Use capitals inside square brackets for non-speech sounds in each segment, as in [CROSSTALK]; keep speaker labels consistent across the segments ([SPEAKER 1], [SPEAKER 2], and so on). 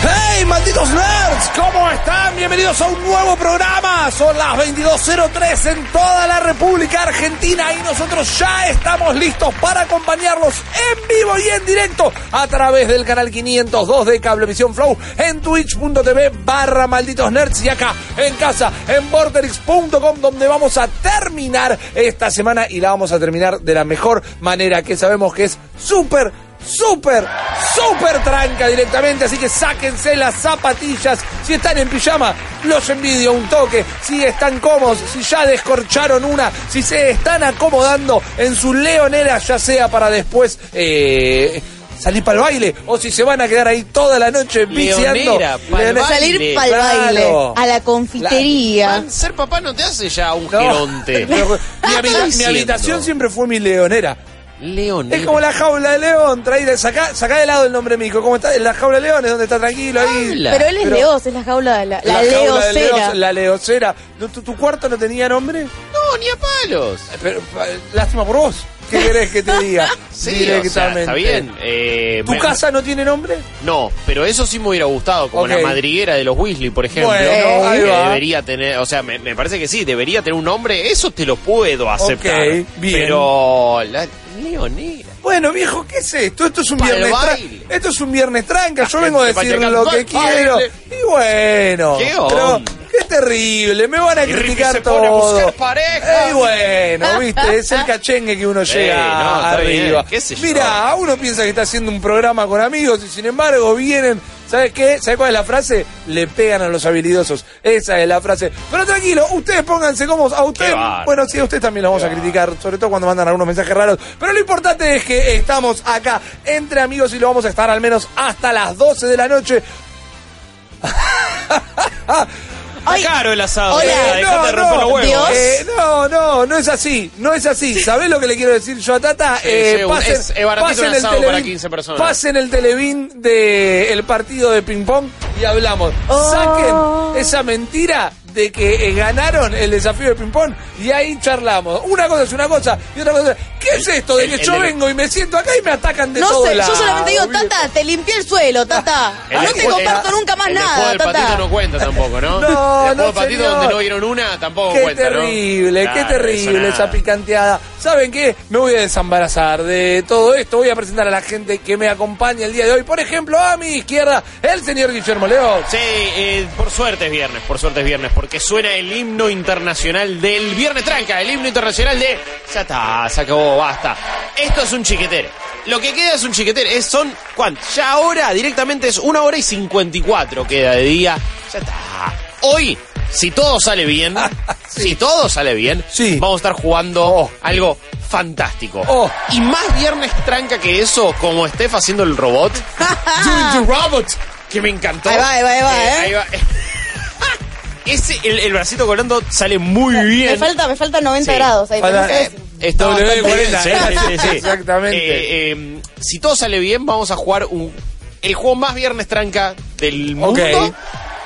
[SPEAKER 1] ¡Hey, malditos nerds! ¿Cómo están? Bienvenidos a un nuevo programa. Son las 22.03 en toda la República Argentina y nosotros ya estamos listos para acompañarlos en vivo y en directo a través del canal 502 de Cablevisión Flow en twitch.tv barra malditos nerds y acá en casa en borderix.com donde vamos a terminar esta semana y la vamos a terminar de la mejor manera que sabemos que es súper súper, súper tranca directamente. Así que sáquense las zapatillas. Si están en pijama, los envidio un toque. Si están cómodos, si ya descorcharon una, si se están acomodando en su leonera, ya sea para después. eh, Salir para el baile, o si se van a quedar ahí toda la noche
[SPEAKER 2] Leonera,
[SPEAKER 1] viciando.
[SPEAKER 2] pa'l
[SPEAKER 1] Leonera-
[SPEAKER 2] baile.
[SPEAKER 3] Salir para el
[SPEAKER 1] Claro.
[SPEAKER 3] baile, a la confitería.
[SPEAKER 2] Pan- ser papá no te hace ya un
[SPEAKER 1] No.
[SPEAKER 2] geronte.
[SPEAKER 1] [LAUGHS] Pero mi,
[SPEAKER 2] ¿Qué
[SPEAKER 1] habita-
[SPEAKER 2] estás
[SPEAKER 1] mi
[SPEAKER 2] diciendo?
[SPEAKER 1] habitación siempre fue mi leonera.
[SPEAKER 2] Leonel.
[SPEAKER 1] Es como la jaula de león, traída, sacá, sacá de lado el nombre mico. ¿Cómo está? En la jaula de león es donde está tranquilo ahí.
[SPEAKER 2] Habla.
[SPEAKER 3] Pero él es
[SPEAKER 1] Pero-
[SPEAKER 3] leoz, es la jaula de la, la
[SPEAKER 1] jaula de
[SPEAKER 3] leocera.
[SPEAKER 1] leos- la leocera. ¿No, tu, tu cuarto no tenía nombre?
[SPEAKER 2] No, ni a palos.
[SPEAKER 1] Pero, pa- lástima por vos. ¿Qué querés que te diga?
[SPEAKER 2] [LAUGHS] Sí, o sea, está bien. Eh,
[SPEAKER 1] ¿Tu
[SPEAKER 2] me-
[SPEAKER 1] casa no tiene nombre?
[SPEAKER 2] No, pero eso sí me hubiera gustado, como
[SPEAKER 1] Ok.
[SPEAKER 2] la madriguera de los Weasley, por ejemplo.
[SPEAKER 1] Bueno, ahí
[SPEAKER 2] que
[SPEAKER 1] va.
[SPEAKER 2] debería tener, o sea, me, me parece que sí, debería tener un nombre, eso te lo puedo aceptar.
[SPEAKER 1] bien.
[SPEAKER 2] Pero la leonera.
[SPEAKER 1] Bueno, viejo, ¿qué es esto? Esto es un
[SPEAKER 2] Para el
[SPEAKER 1] viernes tranca.
[SPEAKER 2] baile.
[SPEAKER 1] Esto es un viernes tranca. Yo
[SPEAKER 2] La
[SPEAKER 1] vengo a
[SPEAKER 2] gente
[SPEAKER 1] decir
[SPEAKER 2] para
[SPEAKER 1] lo
[SPEAKER 2] llegar
[SPEAKER 1] que
[SPEAKER 2] al
[SPEAKER 1] quiero.
[SPEAKER 2] baile.
[SPEAKER 1] Y bueno.
[SPEAKER 2] ¿Qué
[SPEAKER 1] pero
[SPEAKER 2] onda?
[SPEAKER 1] qué terrible. Me van a
[SPEAKER 2] Y Ricky
[SPEAKER 1] criticar
[SPEAKER 2] se pone a
[SPEAKER 1] todo.
[SPEAKER 2] buscar pareja.
[SPEAKER 1] Y bueno, viste, es el cachengue que uno llega
[SPEAKER 2] no, está bien,
[SPEAKER 1] arriba.
[SPEAKER 2] qué sé yo.
[SPEAKER 1] Mirá, Ah, uno piensa que está haciendo un programa con amigos y sin embargo vienen. ¿Sabes qué? ¿Sabes cuál es la frase? Le pegan a los habilidosos. Esa es la frase. Pero tranquilo, ustedes pónganse como a ustedes.
[SPEAKER 2] bárbaro.
[SPEAKER 1] Bueno, sí, a ustedes también los vamos a criticar, sobre todo cuando mandan algunos mensajes raros. Pero lo importante es que estamos acá entre amigos y lo vamos a estar al menos hasta las 12 de la noche.
[SPEAKER 3] Ay,
[SPEAKER 4] caro el asado.
[SPEAKER 3] Hola.
[SPEAKER 4] Hola,
[SPEAKER 3] Eh,
[SPEAKER 4] dejate de romper los huevos.
[SPEAKER 3] Dios.
[SPEAKER 1] Eh, no, no, no es así, no es así. ¿Sabés lo que le quiero decir yo a Tata? Eh,
[SPEAKER 2] sí, un-
[SPEAKER 1] pasen,
[SPEAKER 2] es- es baratito
[SPEAKER 1] pasen
[SPEAKER 2] un
[SPEAKER 1] el
[SPEAKER 2] asado para
[SPEAKER 1] televín,
[SPEAKER 2] 15 personas.
[SPEAKER 1] Pasen el televín del partido de ping-pong y hablamos.
[SPEAKER 3] Oh.
[SPEAKER 1] Saquen esa mentira de que eh, ganaron el desafío de ping-pong y ahí charlamos. Una cosa es una cosa y otra cosa es... ¿Qué es esto de
[SPEAKER 2] el-
[SPEAKER 1] que
[SPEAKER 2] el
[SPEAKER 1] yo
[SPEAKER 2] del-
[SPEAKER 1] vengo y me siento acá y me atacan de
[SPEAKER 3] No
[SPEAKER 1] todo
[SPEAKER 3] sé,
[SPEAKER 1] lado,
[SPEAKER 3] yo solamente digo,
[SPEAKER 1] viejo?
[SPEAKER 3] Tata, te limpié el suelo, Tata.
[SPEAKER 2] El-
[SPEAKER 3] no
[SPEAKER 2] el-
[SPEAKER 3] te
[SPEAKER 2] el-
[SPEAKER 3] comparto nunca más
[SPEAKER 2] el
[SPEAKER 3] nada,
[SPEAKER 2] juego del patito
[SPEAKER 3] Tata. [LAUGHS]
[SPEAKER 2] no cuenta tampoco,
[SPEAKER 1] [LAUGHS]
[SPEAKER 2] ¿no?
[SPEAKER 1] No,
[SPEAKER 2] el juego
[SPEAKER 1] no,
[SPEAKER 2] del patito
[SPEAKER 1] señor.
[SPEAKER 2] donde no vieron una tampoco
[SPEAKER 1] Qué
[SPEAKER 2] cuenta, Oh, ¿no?
[SPEAKER 1] terrible, qué
[SPEAKER 2] Claro, eso
[SPEAKER 1] terrible
[SPEAKER 2] nada.
[SPEAKER 1] esa picanteada. ¿Saben qué? Me voy a desembarazar de todo esto. Voy a presentar a la gente que me acompaña el día de hoy. Por ejemplo, a mi izquierda, el señor Guillermo León.
[SPEAKER 2] Sí, eh, por suerte es viernes, por suerte es viernes, porque suena el himno internacional del Viernes Tranca, el himno internacional de ya está, se acabó, basta. Esto es un chiquetere. Lo que queda es un chiquetere, es, son, ¿cuánto? Ya ahora directamente es una hora y 54 queda de día, ya está. Hoy, si todo sale
[SPEAKER 1] [LAUGHS]
[SPEAKER 2] bien, si todo sale bien,
[SPEAKER 1] Sí.
[SPEAKER 2] vamos a estar jugando algo fantástico.
[SPEAKER 1] Oh.
[SPEAKER 2] Y más Viernes Tranca que eso, como Steph haciendo el robot, Doing the Robot, que me encantó.
[SPEAKER 3] Ah. Ahí va, ahí va, ahí va, ¿eh?
[SPEAKER 2] ahí va. [LAUGHS] Ese, el, el bracito colando sale muy bien.
[SPEAKER 3] Me falta, me faltan 90
[SPEAKER 2] Sí.
[SPEAKER 3] grados ahí.
[SPEAKER 1] Para-
[SPEAKER 3] ¿tenés?
[SPEAKER 1] eh,
[SPEAKER 2] Está
[SPEAKER 1] W40.
[SPEAKER 2] bastante bien, sí, sí, sí, sí.
[SPEAKER 1] [LAUGHS] Exactamente.
[SPEAKER 2] Eh, eh, si todo sale bien, vamos a jugar un, el juego más viernes tranca del mundo.
[SPEAKER 1] Ok.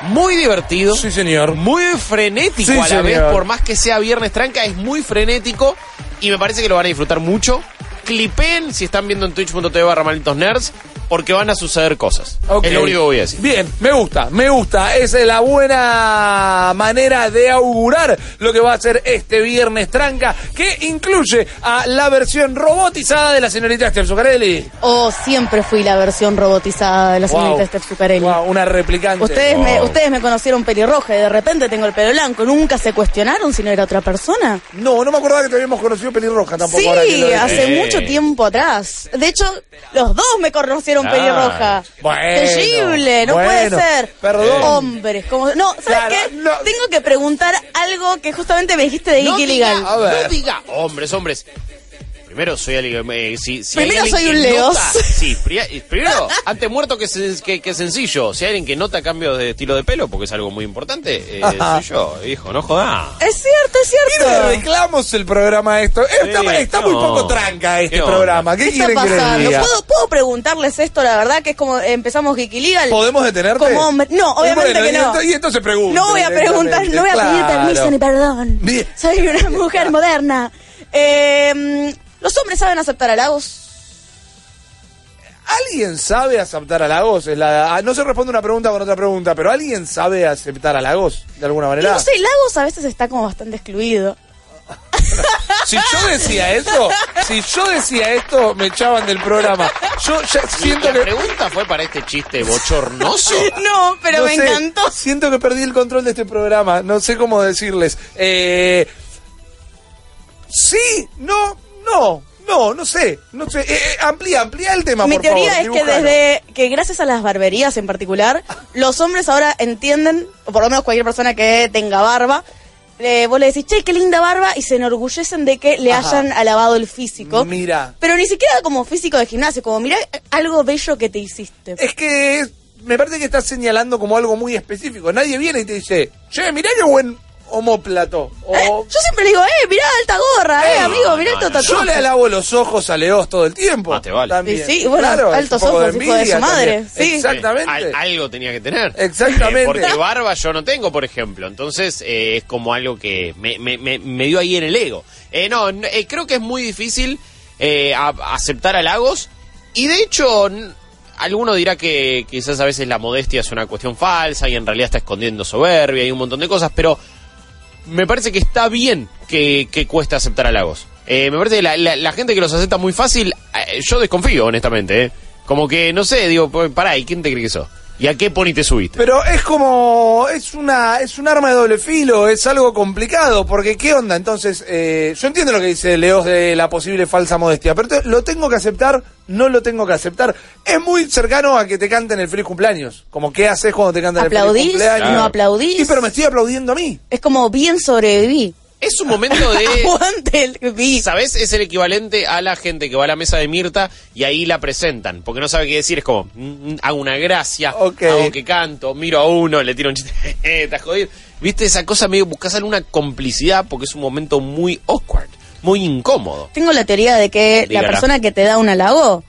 [SPEAKER 2] Muy divertido.
[SPEAKER 1] Sí, señor.
[SPEAKER 2] Muy frenético
[SPEAKER 1] Sí,
[SPEAKER 2] a la vez,
[SPEAKER 1] señor.
[SPEAKER 2] por más que sea viernes tranca, es muy frenético y me parece que lo van a disfrutar mucho. Clipen si están viendo en twitch.tv barra malditos nerds, porque van a suceder cosas.
[SPEAKER 1] Ok.
[SPEAKER 2] Es lo único que voy a decir.
[SPEAKER 1] Bien, me gusta, me gusta. Esa es la buena manera de augurar lo que va a ser este viernes tranca, que incluye a la versión robotizada de la señorita Esther Zuccarelli.
[SPEAKER 3] Oh, siempre fui la versión robotizada de la señorita
[SPEAKER 1] Wow.
[SPEAKER 3] Steph Zuccarelli.
[SPEAKER 1] Wow, una replicante.
[SPEAKER 3] este Ustedes, me, ustedes me conocieron pelirroja y de repente tengo el pelo blanco. ¿Nunca se cuestionaron si no era otra persona?
[SPEAKER 1] No, no me acordaba que te habíamos conocido pelirroja tampoco.
[SPEAKER 3] Sí,
[SPEAKER 1] ahora que lo decís.
[SPEAKER 3] hace
[SPEAKER 2] Eh.
[SPEAKER 3] mucho tiempo atrás. De hecho, los dos me conocieron
[SPEAKER 2] Claro.
[SPEAKER 3] pelirroja.
[SPEAKER 1] Ah, Bueno,
[SPEAKER 3] Terrible, no
[SPEAKER 1] bueno,
[SPEAKER 3] puede ser.
[SPEAKER 1] perdón.
[SPEAKER 3] Hombres, como. No, ¿sabes
[SPEAKER 1] Claro,
[SPEAKER 3] qué?
[SPEAKER 1] no.
[SPEAKER 3] Tengo que preguntar algo que justamente me dijiste de Geek
[SPEAKER 2] no
[SPEAKER 3] Illegal.
[SPEAKER 2] Diga,
[SPEAKER 1] A ver.
[SPEAKER 2] no diga hombres, hombres. Primero soy alguien. eh, si, si
[SPEAKER 3] Primero
[SPEAKER 2] hay alguien
[SPEAKER 3] soy un
[SPEAKER 2] que
[SPEAKER 3] Leo.
[SPEAKER 2] nota- sí, pri- primero, antes muerto que, sen- que- que sencillo. Si hay alguien que nota cambios de estilo de pelo, porque es algo muy importante, eh,
[SPEAKER 1] Ajá.
[SPEAKER 2] soy yo, hijo, no joda.
[SPEAKER 3] Es cierto, es
[SPEAKER 1] ¿Qué le
[SPEAKER 3] cierto.
[SPEAKER 1] reclamos el programa a esto? Está,
[SPEAKER 2] Sí,
[SPEAKER 1] está muy
[SPEAKER 2] no.
[SPEAKER 1] poco tranca este
[SPEAKER 2] ¿Qué onda?
[SPEAKER 1] programa. ¿Qué,
[SPEAKER 3] ¿Qué está
[SPEAKER 1] quieren que les
[SPEAKER 3] pasando?
[SPEAKER 1] diga?
[SPEAKER 3] ¿Puedo, ¿Puedo preguntarles esto? La verdad que es como empezamos Geeky Legal.
[SPEAKER 1] ¿Podemos detenerte?
[SPEAKER 3] Como hombre. No, obviamente
[SPEAKER 1] Bueno,
[SPEAKER 3] que
[SPEAKER 1] y
[SPEAKER 3] no.
[SPEAKER 1] ento- Y entonces pregunto.
[SPEAKER 3] No voy a preguntar, no voy a pedir
[SPEAKER 1] Claro.
[SPEAKER 3] permiso ni perdón.
[SPEAKER 1] Bien.
[SPEAKER 3] Soy una mujer moderna. Eh, ¿Los hombres saben aceptar halagos?
[SPEAKER 1] ¿Alguien sabe aceptar halagos? Es la- ah, no se responde una pregunta con otra pregunta, pero ¿alguien sabe aceptar halagos de alguna
[SPEAKER 3] Y
[SPEAKER 1] manera?
[SPEAKER 3] no sé, Lagos a veces está como bastante excluido.
[SPEAKER 1] Si yo decía eso, si yo decía esto, me echaban del programa. Yo ya siento
[SPEAKER 2] la
[SPEAKER 1] que...
[SPEAKER 2] pregunta fue para este chiste bochornoso.
[SPEAKER 3] [LAUGHS] No, pero
[SPEAKER 1] no
[SPEAKER 3] me
[SPEAKER 1] sé,
[SPEAKER 3] encantó.
[SPEAKER 1] Siento que perdí el control de este programa. No sé cómo decirles. Eh, sí, no, no, no, no sé. No sé. Eh, eh, amplía, amplía el tema,
[SPEAKER 3] Mi
[SPEAKER 1] por
[SPEAKER 3] teoría
[SPEAKER 1] favor.
[SPEAKER 3] es que
[SPEAKER 1] dibújalo.
[SPEAKER 3] desde que gracias a las barberías en particular, los hombres ahora entienden, o por lo menos cualquier persona que tenga barba, eh, vos le decís, che, qué linda barba, y se enorgullecen de que le
[SPEAKER 1] Ajá.
[SPEAKER 3] hayan alabado el físico.
[SPEAKER 1] Mira.
[SPEAKER 3] Pero ni siquiera como físico de gimnasio, como mirá eh, algo bello que te hiciste.
[SPEAKER 1] Es que es- me parece que estás señalando como algo muy específico. Nadie viene y te dice, che, mirá qué buen homóplato. O,
[SPEAKER 3] Eh, yo siempre le digo, eh, mirá alta gorra, eh,
[SPEAKER 1] Eh,
[SPEAKER 3] amigo, mirá
[SPEAKER 2] no,
[SPEAKER 3] estos
[SPEAKER 2] no,
[SPEAKER 3] tatuajes.
[SPEAKER 1] Yo le alabo los ojos a Leos todo el tiempo.
[SPEAKER 2] Ah, te vale.
[SPEAKER 1] También.
[SPEAKER 3] Y sí, bueno,
[SPEAKER 1] es
[SPEAKER 3] altos
[SPEAKER 1] un poco
[SPEAKER 3] ojos, hijo de
[SPEAKER 1] envidia
[SPEAKER 3] su madre,
[SPEAKER 1] también.
[SPEAKER 3] sí.
[SPEAKER 1] Exactamente.
[SPEAKER 2] Al- algo tenía que tener.
[SPEAKER 1] [LAUGHS] Exactamente.
[SPEAKER 2] Eh, porque barba yo no tengo, por ejemplo. Entonces eh, es como algo que me, me- me- me dio ahí en el ego. Eh, no, n- eh, creo que es muy difícil eh, a- aceptar halagos. Y de hecho, n- alguno dirá que quizás a veces la modestia es una cuestión falsa y en realidad está escondiendo soberbia y un montón de cosas, pero me parece que está bien que, que cuesta aceptar halagos. Eh, me parece que la, la- la gente que los acepta muy fácil, eh, yo desconfío, honestamente. eh. Como que, no sé, digo, pues, pará, ¿y quién te cree que sos? ¿Y a qué pony te subiste?
[SPEAKER 1] Pero es como, es una, es un arma de doble filo, es algo complicado, porque ¿qué onda? Entonces, eh, yo entiendo lo que dice Leos de la posible falsa modestia, pero te- lo tengo que aceptar, no lo tengo que aceptar. Es muy cercano a que te canten el feliz cumpleaños, como qué haces cuando te cantan el
[SPEAKER 3] ¿Aplaudís?
[SPEAKER 1] feliz cumpleaños.
[SPEAKER 3] ¿No aplaudís?
[SPEAKER 1] Sí, pero me estoy aplaudiendo a mí.
[SPEAKER 3] Es como bien sobreviví.
[SPEAKER 2] Es un momento
[SPEAKER 1] [LAUGHS]
[SPEAKER 2] de...
[SPEAKER 3] [LAUGHS] Aguante el vi.
[SPEAKER 2] ¿Sabes? Es el equivalente a la gente que va a la mesa de Mirta y ahí la presentan, porque no sabe qué decir, es como, mm, mm, hago una gracia,
[SPEAKER 1] Ok.
[SPEAKER 2] hago que canto, miro a uno, le tiro un chiste, [LAUGHS] eh, estás jodido. ¿Viste esa cosa medio? Buscas alguna complicidad porque es un momento muy awkward, muy incómodo.
[SPEAKER 3] Tengo la teoría de que
[SPEAKER 2] Dígala.
[SPEAKER 3] la persona que te da un halago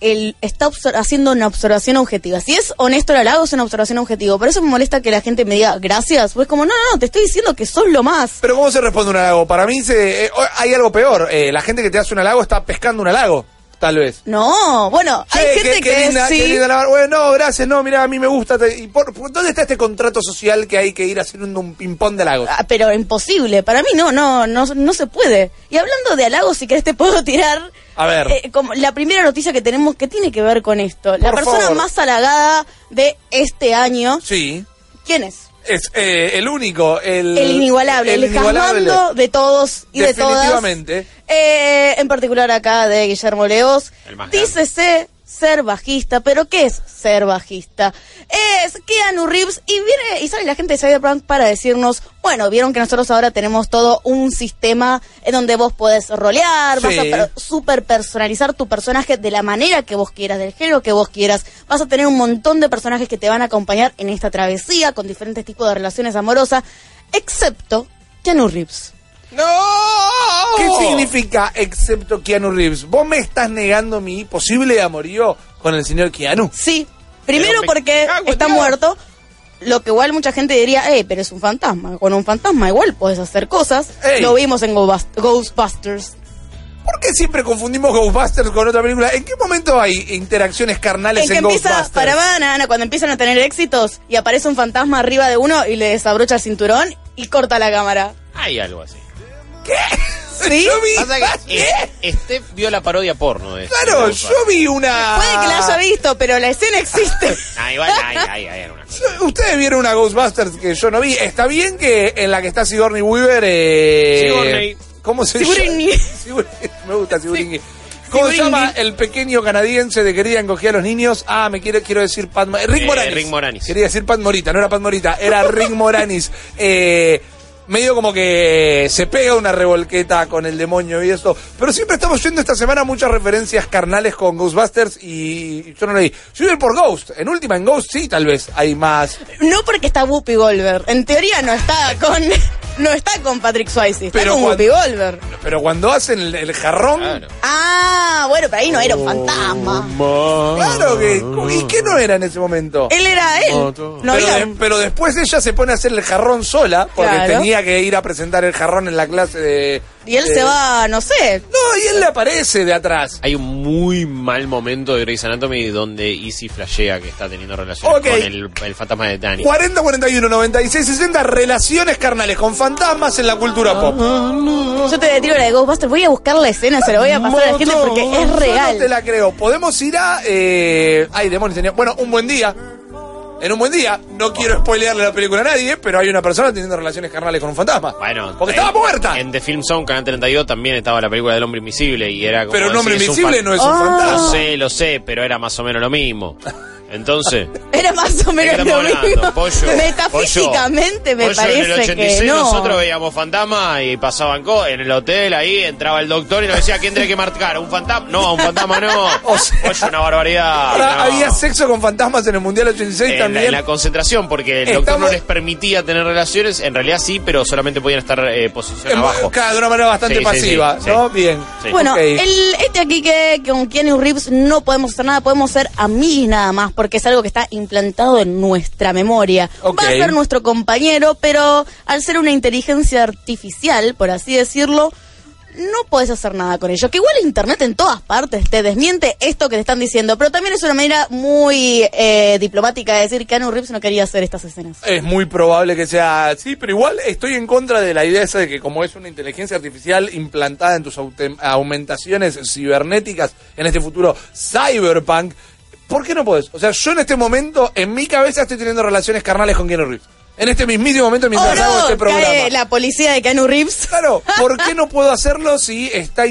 [SPEAKER 3] él está obser- haciendo una observación objetiva. Si es honesto el halago, es una observación objetiva. Por eso me molesta que la gente me diga gracias. Pues como, no, no, no, te estoy diciendo que sos lo más.
[SPEAKER 1] Pero ¿cómo se responde un halago? Para mí se, eh, hay algo peor, eh, la gente que te hace un halago está pescando un halago, tal vez.
[SPEAKER 3] No, bueno, hay
[SPEAKER 1] Che,
[SPEAKER 3] gente
[SPEAKER 1] qué- qué
[SPEAKER 3] que
[SPEAKER 1] linda,
[SPEAKER 3] sí.
[SPEAKER 1] qué linda la barba. Bueno, no, gracias, no, mira, a mí me gusta. te- y por, por- ¿Dónde está este contrato social que hay que ir haciendo un ping-pong de halagos?
[SPEAKER 3] Ah, pero imposible. Para mí no, no, no, no se puede. Y hablando de halagos, si querés te puedo tirar.
[SPEAKER 1] A ver.
[SPEAKER 3] eh, como la primera noticia que tenemos que tiene que ver con esto. La
[SPEAKER 1] Por
[SPEAKER 3] persona
[SPEAKER 1] favor.
[SPEAKER 3] más halagada de este año.
[SPEAKER 1] Sí,
[SPEAKER 3] ¿Quién es?
[SPEAKER 1] es eh, el único, el...
[SPEAKER 3] El inigualable, el,
[SPEAKER 1] inigualable.
[SPEAKER 3] casmando de todos y de todas.
[SPEAKER 1] Definitivamente.
[SPEAKER 3] Eh, en particular acá de Guillermo Leos.
[SPEAKER 2] El más grande.
[SPEAKER 3] Dícese ser bajista, pero ¿qué es ser bajista? Es Keanu Reeves y viene y sale la gente de Cyberpunk para decirnos, bueno, vieron que nosotros ahora tenemos todo un sistema en donde vos podés rolear, vas a
[SPEAKER 1] Sí.
[SPEAKER 3] per- super personalizar tu personaje de la manera que vos quieras, del género que vos quieras. Vas a tener un montón de personajes que te van a acompañar en esta travesía con diferentes tipos de relaciones amorosas, excepto Keanu Reeves.
[SPEAKER 2] ¡No!
[SPEAKER 1] ¿Qué significa excepto Keanu Reeves? ¿Vos me estás negando mi posible amorío con el señor Keanu?
[SPEAKER 3] Sí,
[SPEAKER 2] Pero
[SPEAKER 3] primero
[SPEAKER 2] me
[SPEAKER 3] porque
[SPEAKER 2] cago en
[SPEAKER 3] está
[SPEAKER 2] Dios.
[SPEAKER 3] muerto, lo que igual mucha gente diría, eh, pero es un fantasma. Con un fantasma igual podés hacer cosas.
[SPEAKER 1] Ey.
[SPEAKER 3] Lo vimos en Go- Ghostbusters.
[SPEAKER 1] ¿Por qué siempre confundimos Ghostbusters con otra película? ¿En qué momento hay interacciones carnales
[SPEAKER 3] En
[SPEAKER 1] en,
[SPEAKER 3] que empieza,
[SPEAKER 1] Ghostbusters?
[SPEAKER 3] para banana, cuando empiezan a tener éxitos y aparece un fantasma arriba de uno y le desabrocha el cinturón y corta la cámara.
[SPEAKER 2] Hay algo así.
[SPEAKER 1] ¿Sí? [LAUGHS] Yo vi-
[SPEAKER 2] Pasa que
[SPEAKER 1] ¿Qué?
[SPEAKER 2] eh, Steph vio la parodia porno de
[SPEAKER 1] [LAUGHS] Claro,
[SPEAKER 2] de
[SPEAKER 1] yo vi una...
[SPEAKER 3] Puede que la haya visto, pero la escena existe.
[SPEAKER 2] Ah, igual, ahí, ahí, ahí era una cosa.
[SPEAKER 1] Ustedes vieron una Ghostbusters que yo no vi. Está bien que en la que está Sigourney Weaver. Eh,
[SPEAKER 2] Sigourney.
[SPEAKER 1] ¿Cómo se
[SPEAKER 3] Sigourney.
[SPEAKER 1] llama? Sigourney. Me gusta Sigourney. ¿Cómo se
[SPEAKER 3] Sigourney.
[SPEAKER 1] llama el pequeño canadiense de querida encogía a los niños? Ah, me quiero, quiero decir Pat Mo- Rick
[SPEAKER 2] Eh,
[SPEAKER 1] Moranis.
[SPEAKER 2] Rick Moranis.
[SPEAKER 1] Quería decir Pat Morita, no era Pat Morita, era Rick Moranis. Eh, medio como que se pega una revolqueta con el demonio y eso. Pero siempre estamos yendo esta semana muchas referencias carnales con Ghostbusters y yo no leí. Yo iba por Ghost. En última, en Ghost sí, tal vez hay más.
[SPEAKER 3] [LAUGHS] No porque está Whoopi Goldberg. En teoría no está con. No está con Patrick Swayze, está
[SPEAKER 1] Pero
[SPEAKER 3] con
[SPEAKER 1] cuan-
[SPEAKER 3] Whoopi Goldberg.
[SPEAKER 1] Pero cuando hacen el, el jarrón.
[SPEAKER 2] Claro.
[SPEAKER 3] Ah, bueno, pero ahí no era
[SPEAKER 1] Oh,
[SPEAKER 3] un fantasma.
[SPEAKER 1] Claro que. ¿Y qué no era en ese momento?
[SPEAKER 3] Él era él. No
[SPEAKER 1] pero,
[SPEAKER 3] había.
[SPEAKER 1] de- pero después ella se pone a hacer el jarrón sola, porque
[SPEAKER 3] Claro.
[SPEAKER 1] tenía que ir a presentar el jarrón en la clase de.
[SPEAKER 3] Y él
[SPEAKER 1] de-
[SPEAKER 3] se va, no sé.
[SPEAKER 1] No, y él le aparece de atrás.
[SPEAKER 2] Hay un muy mal momento de Grey's Anatomy donde Easy flashea que está teniendo relación
[SPEAKER 1] Ok.
[SPEAKER 2] con el, el fantasma de Danny.
[SPEAKER 1] 40, 41, 96, 60, relaciones carnales con fantasmas en la
[SPEAKER 3] Ah,
[SPEAKER 1] cultura pop.
[SPEAKER 3] Yo te tiro la de Ghostbusters. Voy a buscar la escena, se la voy a pasar a la gente porque es
[SPEAKER 1] No te
[SPEAKER 3] real.
[SPEAKER 1] la creo. Podemos ir a. eh, Ay, demonios, tenía. Bueno, un buen día. En un buen día, no quiero spoilearle la película a nadie, pero hay una persona teniendo relaciones carnales con un fantasma.
[SPEAKER 2] Bueno,
[SPEAKER 1] porque
[SPEAKER 2] en-
[SPEAKER 1] estaba muerta.
[SPEAKER 2] En The Film Zone, Canal 32, también estaba la película del hombre invisible y era como.
[SPEAKER 1] Pero un
[SPEAKER 2] decir,
[SPEAKER 1] hombre
[SPEAKER 2] es un
[SPEAKER 1] invisible
[SPEAKER 2] fan-
[SPEAKER 1] no es un
[SPEAKER 3] Ah.
[SPEAKER 1] fantasma.
[SPEAKER 2] Lo sé, lo sé, pero era más o menos lo mismo.
[SPEAKER 1] [LAUGHS]
[SPEAKER 2] Entonces.
[SPEAKER 3] Era más o menos
[SPEAKER 2] estamos
[SPEAKER 3] lo
[SPEAKER 2] hablando?
[SPEAKER 3] mismo.
[SPEAKER 2] Pollo, pollo.
[SPEAKER 3] Metafísicamente me
[SPEAKER 2] Pollo, en el
[SPEAKER 3] parece
[SPEAKER 2] 86
[SPEAKER 3] que no.
[SPEAKER 2] nosotros veíamos fantasma y pasaban co en el hotel ahí entraba el doctor y nos decía quién tiene que marcar ¿A un fantasma no a un fantasma no
[SPEAKER 1] O sea-
[SPEAKER 2] Pollo, una barbaridad
[SPEAKER 1] Ahora,
[SPEAKER 2] no.
[SPEAKER 1] Había sexo con fantasmas en el Mundial 86
[SPEAKER 2] en, la,
[SPEAKER 1] también.
[SPEAKER 2] en la concentración porque el doctor
[SPEAKER 1] Estamos-
[SPEAKER 2] no les permitía tener relaciones en realidad sí pero solamente podían estar eh, posición
[SPEAKER 1] En-
[SPEAKER 2] abajo
[SPEAKER 1] claro, de una manera bastante
[SPEAKER 2] Sí, sí,
[SPEAKER 1] pasiva,
[SPEAKER 2] sí, sí.
[SPEAKER 1] ¿no? Bien.
[SPEAKER 2] Sí.
[SPEAKER 3] Bueno,
[SPEAKER 1] Ok.
[SPEAKER 3] el, este aquí que con Keanu Reeves no podemos hacer nada, podemos ser amigos nada más, porque es algo que está implantado en nuestra memoria.
[SPEAKER 1] Ok.
[SPEAKER 3] Va a ser nuestro compañero, pero al ser una inteligencia artificial, por así decirlo, no podés hacer nada con ello. Que igual internet en todas partes te desmiente esto que te están diciendo, pero también es una manera muy eh, diplomática de decir que Keanu Reeves no quería hacer estas escenas.
[SPEAKER 1] Es muy probable que sea así, pero igual estoy en contra de la idea esa de que como es una inteligencia artificial implantada en tus autem- aumentaciones cibernéticas en este futuro cyberpunk, ¿por qué no podés? O sea, yo en este momento, en mi cabeza estoy teniendo relaciones carnales con Keanu Reeves. En este mismísimo momento mientras hago
[SPEAKER 3] Oh,
[SPEAKER 1] este
[SPEAKER 3] no,
[SPEAKER 1] programa.
[SPEAKER 3] cae la policía de Keanu Reeves.
[SPEAKER 1] Claro, ¿por qué no puedo hacerlo si está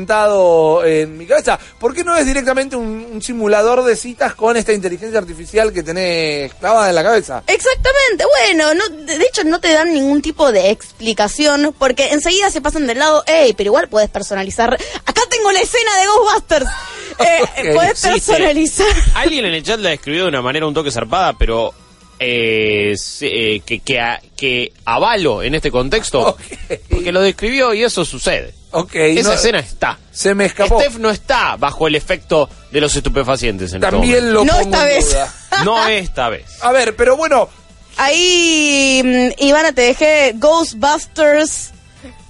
[SPEAKER 1] implantado en mi cabeza? ¿Por qué no es directamente un, un simulador de citas con esta inteligencia artificial que tenés clavada en la cabeza?
[SPEAKER 3] Exactamente, bueno, no, de de hecho no te dan ningún tipo de explicación porque enseguida se pasan del lado, hey, pero igual puedes personalizar. Acá tengo la escena de Ghostbusters.
[SPEAKER 1] [LAUGHS]
[SPEAKER 3] Eh,
[SPEAKER 1] Ok.
[SPEAKER 3] puedes
[SPEAKER 2] Existe.
[SPEAKER 3] personalizar. [LAUGHS]
[SPEAKER 2] Alguien en el chat la describió de una manera un toque zarpada, pero eh, sí, eh, que, que, a- que avalo en este contexto,
[SPEAKER 1] Ok.
[SPEAKER 2] porque lo describió y eso sucede.
[SPEAKER 1] Ok,
[SPEAKER 2] Esa
[SPEAKER 1] no-
[SPEAKER 2] escena está.
[SPEAKER 1] se me escapó.
[SPEAKER 2] Steph no está bajo el efecto de los estupefacientes en este
[SPEAKER 1] También Ah, lo
[SPEAKER 3] No
[SPEAKER 1] pongo
[SPEAKER 3] esta
[SPEAKER 1] en
[SPEAKER 3] vez.
[SPEAKER 1] duda.
[SPEAKER 2] momento. No esta vez.
[SPEAKER 1] A ver, pero bueno,
[SPEAKER 3] Ahí, mm, Ivana, te dejé Ghostbusters,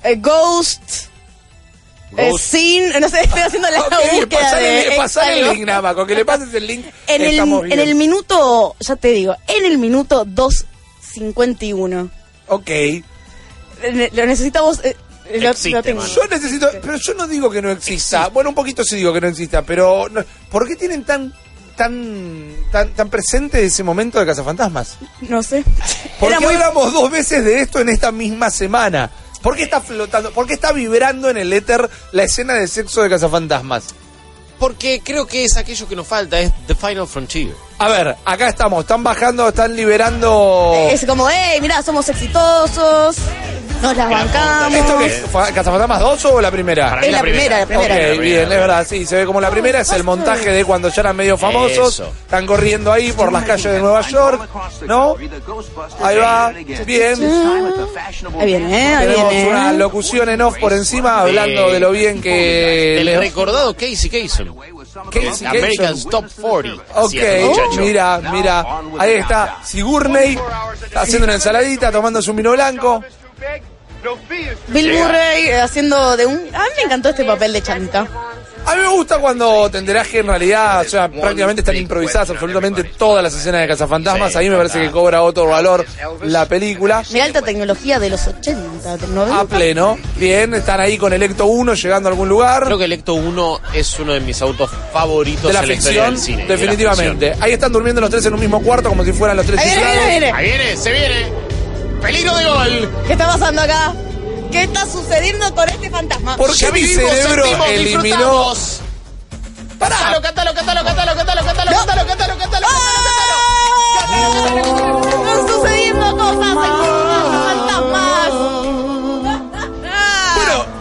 [SPEAKER 3] eh, Ghost, eh,
[SPEAKER 2] Ghost.
[SPEAKER 3] Sin, no sé, estoy haciendo [LAUGHS]
[SPEAKER 1] [LAUGHS]
[SPEAKER 3] la
[SPEAKER 1] ok,
[SPEAKER 3] búsqueda
[SPEAKER 1] pasale,
[SPEAKER 3] de
[SPEAKER 1] pasale el
[SPEAKER 3] algo.
[SPEAKER 1] link, nada más, con que le pases el link.
[SPEAKER 3] En el,
[SPEAKER 1] estamos
[SPEAKER 3] en
[SPEAKER 1] bien.
[SPEAKER 3] el minuto, ya te digo, en el minuto 2.51.
[SPEAKER 1] Ok,
[SPEAKER 3] Ne- Lo necesitamos. eh, lo,
[SPEAKER 2] Existe,
[SPEAKER 3] lo tengo.
[SPEAKER 2] mano.
[SPEAKER 1] yo necesito, pero yo no digo que no exista. Bueno, un poquito sí digo que no exista, pero no- ¿por qué tienen tan tan tan, tan presente ese momento de Cazafantasmas?
[SPEAKER 3] No sé.
[SPEAKER 1] ¿Por
[SPEAKER 3] Era
[SPEAKER 1] qué
[SPEAKER 3] muy.
[SPEAKER 1] hablamos dos veces de esto en esta misma semana? ¿Por qué está flotando? ¿Por qué está vibrando en el éter la escena de sexo de Cazafantasmas?
[SPEAKER 2] Porque creo que es aquello que nos falta, es The Final Frontier.
[SPEAKER 1] A ver, acá estamos, están bajando, están liberando.
[SPEAKER 3] Es como, hey, mirá, somos exitosos. Nos las bancamos.
[SPEAKER 1] ¿Esto qué es? ¿Fue ¿Cazafantasmas 2 o la primera?
[SPEAKER 2] Para
[SPEAKER 3] Es la primera, la primera.
[SPEAKER 1] Ok, bien, es verdad, sí, se ve como la primera, es el montaje de cuando ya eran medio famosos,
[SPEAKER 2] Eso.
[SPEAKER 1] están corriendo ahí por las calles de Nueva York, ¿no? Ahí va, bien,
[SPEAKER 3] Ahí viene, eh,
[SPEAKER 5] Ah,
[SPEAKER 3] ahí
[SPEAKER 1] tenemos
[SPEAKER 3] viene.
[SPEAKER 1] una locución en off por encima hablando de lo bien que...
[SPEAKER 2] El
[SPEAKER 1] le-
[SPEAKER 2] recordado Casey Kasem.
[SPEAKER 1] Casey
[SPEAKER 2] American's
[SPEAKER 1] Kasem.
[SPEAKER 2] Top 40.
[SPEAKER 1] Ok,
[SPEAKER 2] hacía este muchacho.
[SPEAKER 1] mira, mira, ahí está Sigurney, está haciendo una ensaladita, tomándose un vino blanco.
[SPEAKER 3] Bill Murray eh, haciendo de un. A mí me encantó este papel de Chanta.
[SPEAKER 1] A mí me gusta cuando te enterás que en realidad, o sea, prácticamente están improvisadas absolutamente todas las escenas de Cazafantasmas. Ahí me parece que cobra otro valor la película.
[SPEAKER 3] Mira, alta tecnología de los 80, de los 90.
[SPEAKER 1] A pleno. Bien, están ahí con Electo 1 llegando a algún lugar.
[SPEAKER 2] Creo que Electo 1 es uno de mis autos favoritos
[SPEAKER 1] De la
[SPEAKER 2] en la historia
[SPEAKER 1] ficción,
[SPEAKER 2] del cine. de la
[SPEAKER 1] definitivamente. Ahí están durmiendo los tres en un mismo cuarto como si fueran los tres
[SPEAKER 3] Ahí viene, ahí
[SPEAKER 1] chiflados.
[SPEAKER 3] viene, ahí viene.
[SPEAKER 2] Ahí viene, se viene. Peligro de gol.
[SPEAKER 3] ¿Qué está pasando acá? ¿Qué está sucediendo con este fantasma?
[SPEAKER 1] ¿Por qué mi
[SPEAKER 2] Vivimos,
[SPEAKER 1] cerebro
[SPEAKER 2] sentimos,
[SPEAKER 1] eliminó?
[SPEAKER 2] disfrutamos.
[SPEAKER 1] ¡Pará!
[SPEAKER 2] Cátalo, cátalo, cátalo, cátalo, cátalo, cátalo,
[SPEAKER 3] No.
[SPEAKER 2] cátalo, cátalo, cátalo.
[SPEAKER 3] ¡Ah! Están sucediendo cosas en Ghostbusters, fantasmas.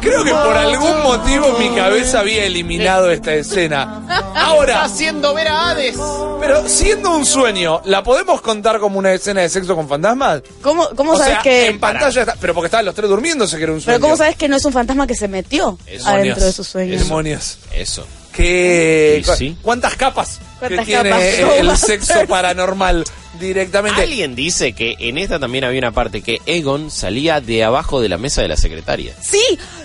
[SPEAKER 1] que por algún motivo en mi cabeza había eliminado esta escena.
[SPEAKER 2] Está
[SPEAKER 1] Ahora,
[SPEAKER 2] haciendo ver a Hades.
[SPEAKER 1] pero siendo un sueño, ¿la podemos contar como una escena de sexo con fantasmas?
[SPEAKER 3] ¿Cómo, cómo
[SPEAKER 1] o
[SPEAKER 3] sabes
[SPEAKER 1] sea,
[SPEAKER 3] que.?
[SPEAKER 1] en pantalla está, pero porque estaban los tres durmiéndose que era un sueño.
[SPEAKER 3] Pero ¿cómo sabes que no es un fantasma que se metió
[SPEAKER 2] Es
[SPEAKER 3] adentro
[SPEAKER 2] demonios.
[SPEAKER 3] de sus sueños?
[SPEAKER 1] demonios?
[SPEAKER 2] Eso.
[SPEAKER 1] ¿Qué,
[SPEAKER 2] Y sí.
[SPEAKER 1] ¿Cuántas capas
[SPEAKER 3] ¿Cuántas
[SPEAKER 1] que tiene
[SPEAKER 3] capas?
[SPEAKER 1] el
[SPEAKER 3] ¿Cómo
[SPEAKER 1] sexo
[SPEAKER 3] hacer?
[SPEAKER 1] paranormal directamente?
[SPEAKER 2] Alguien dice que en esta también había una parte que Egon salía de abajo de la mesa de la secretaria.
[SPEAKER 3] Sí,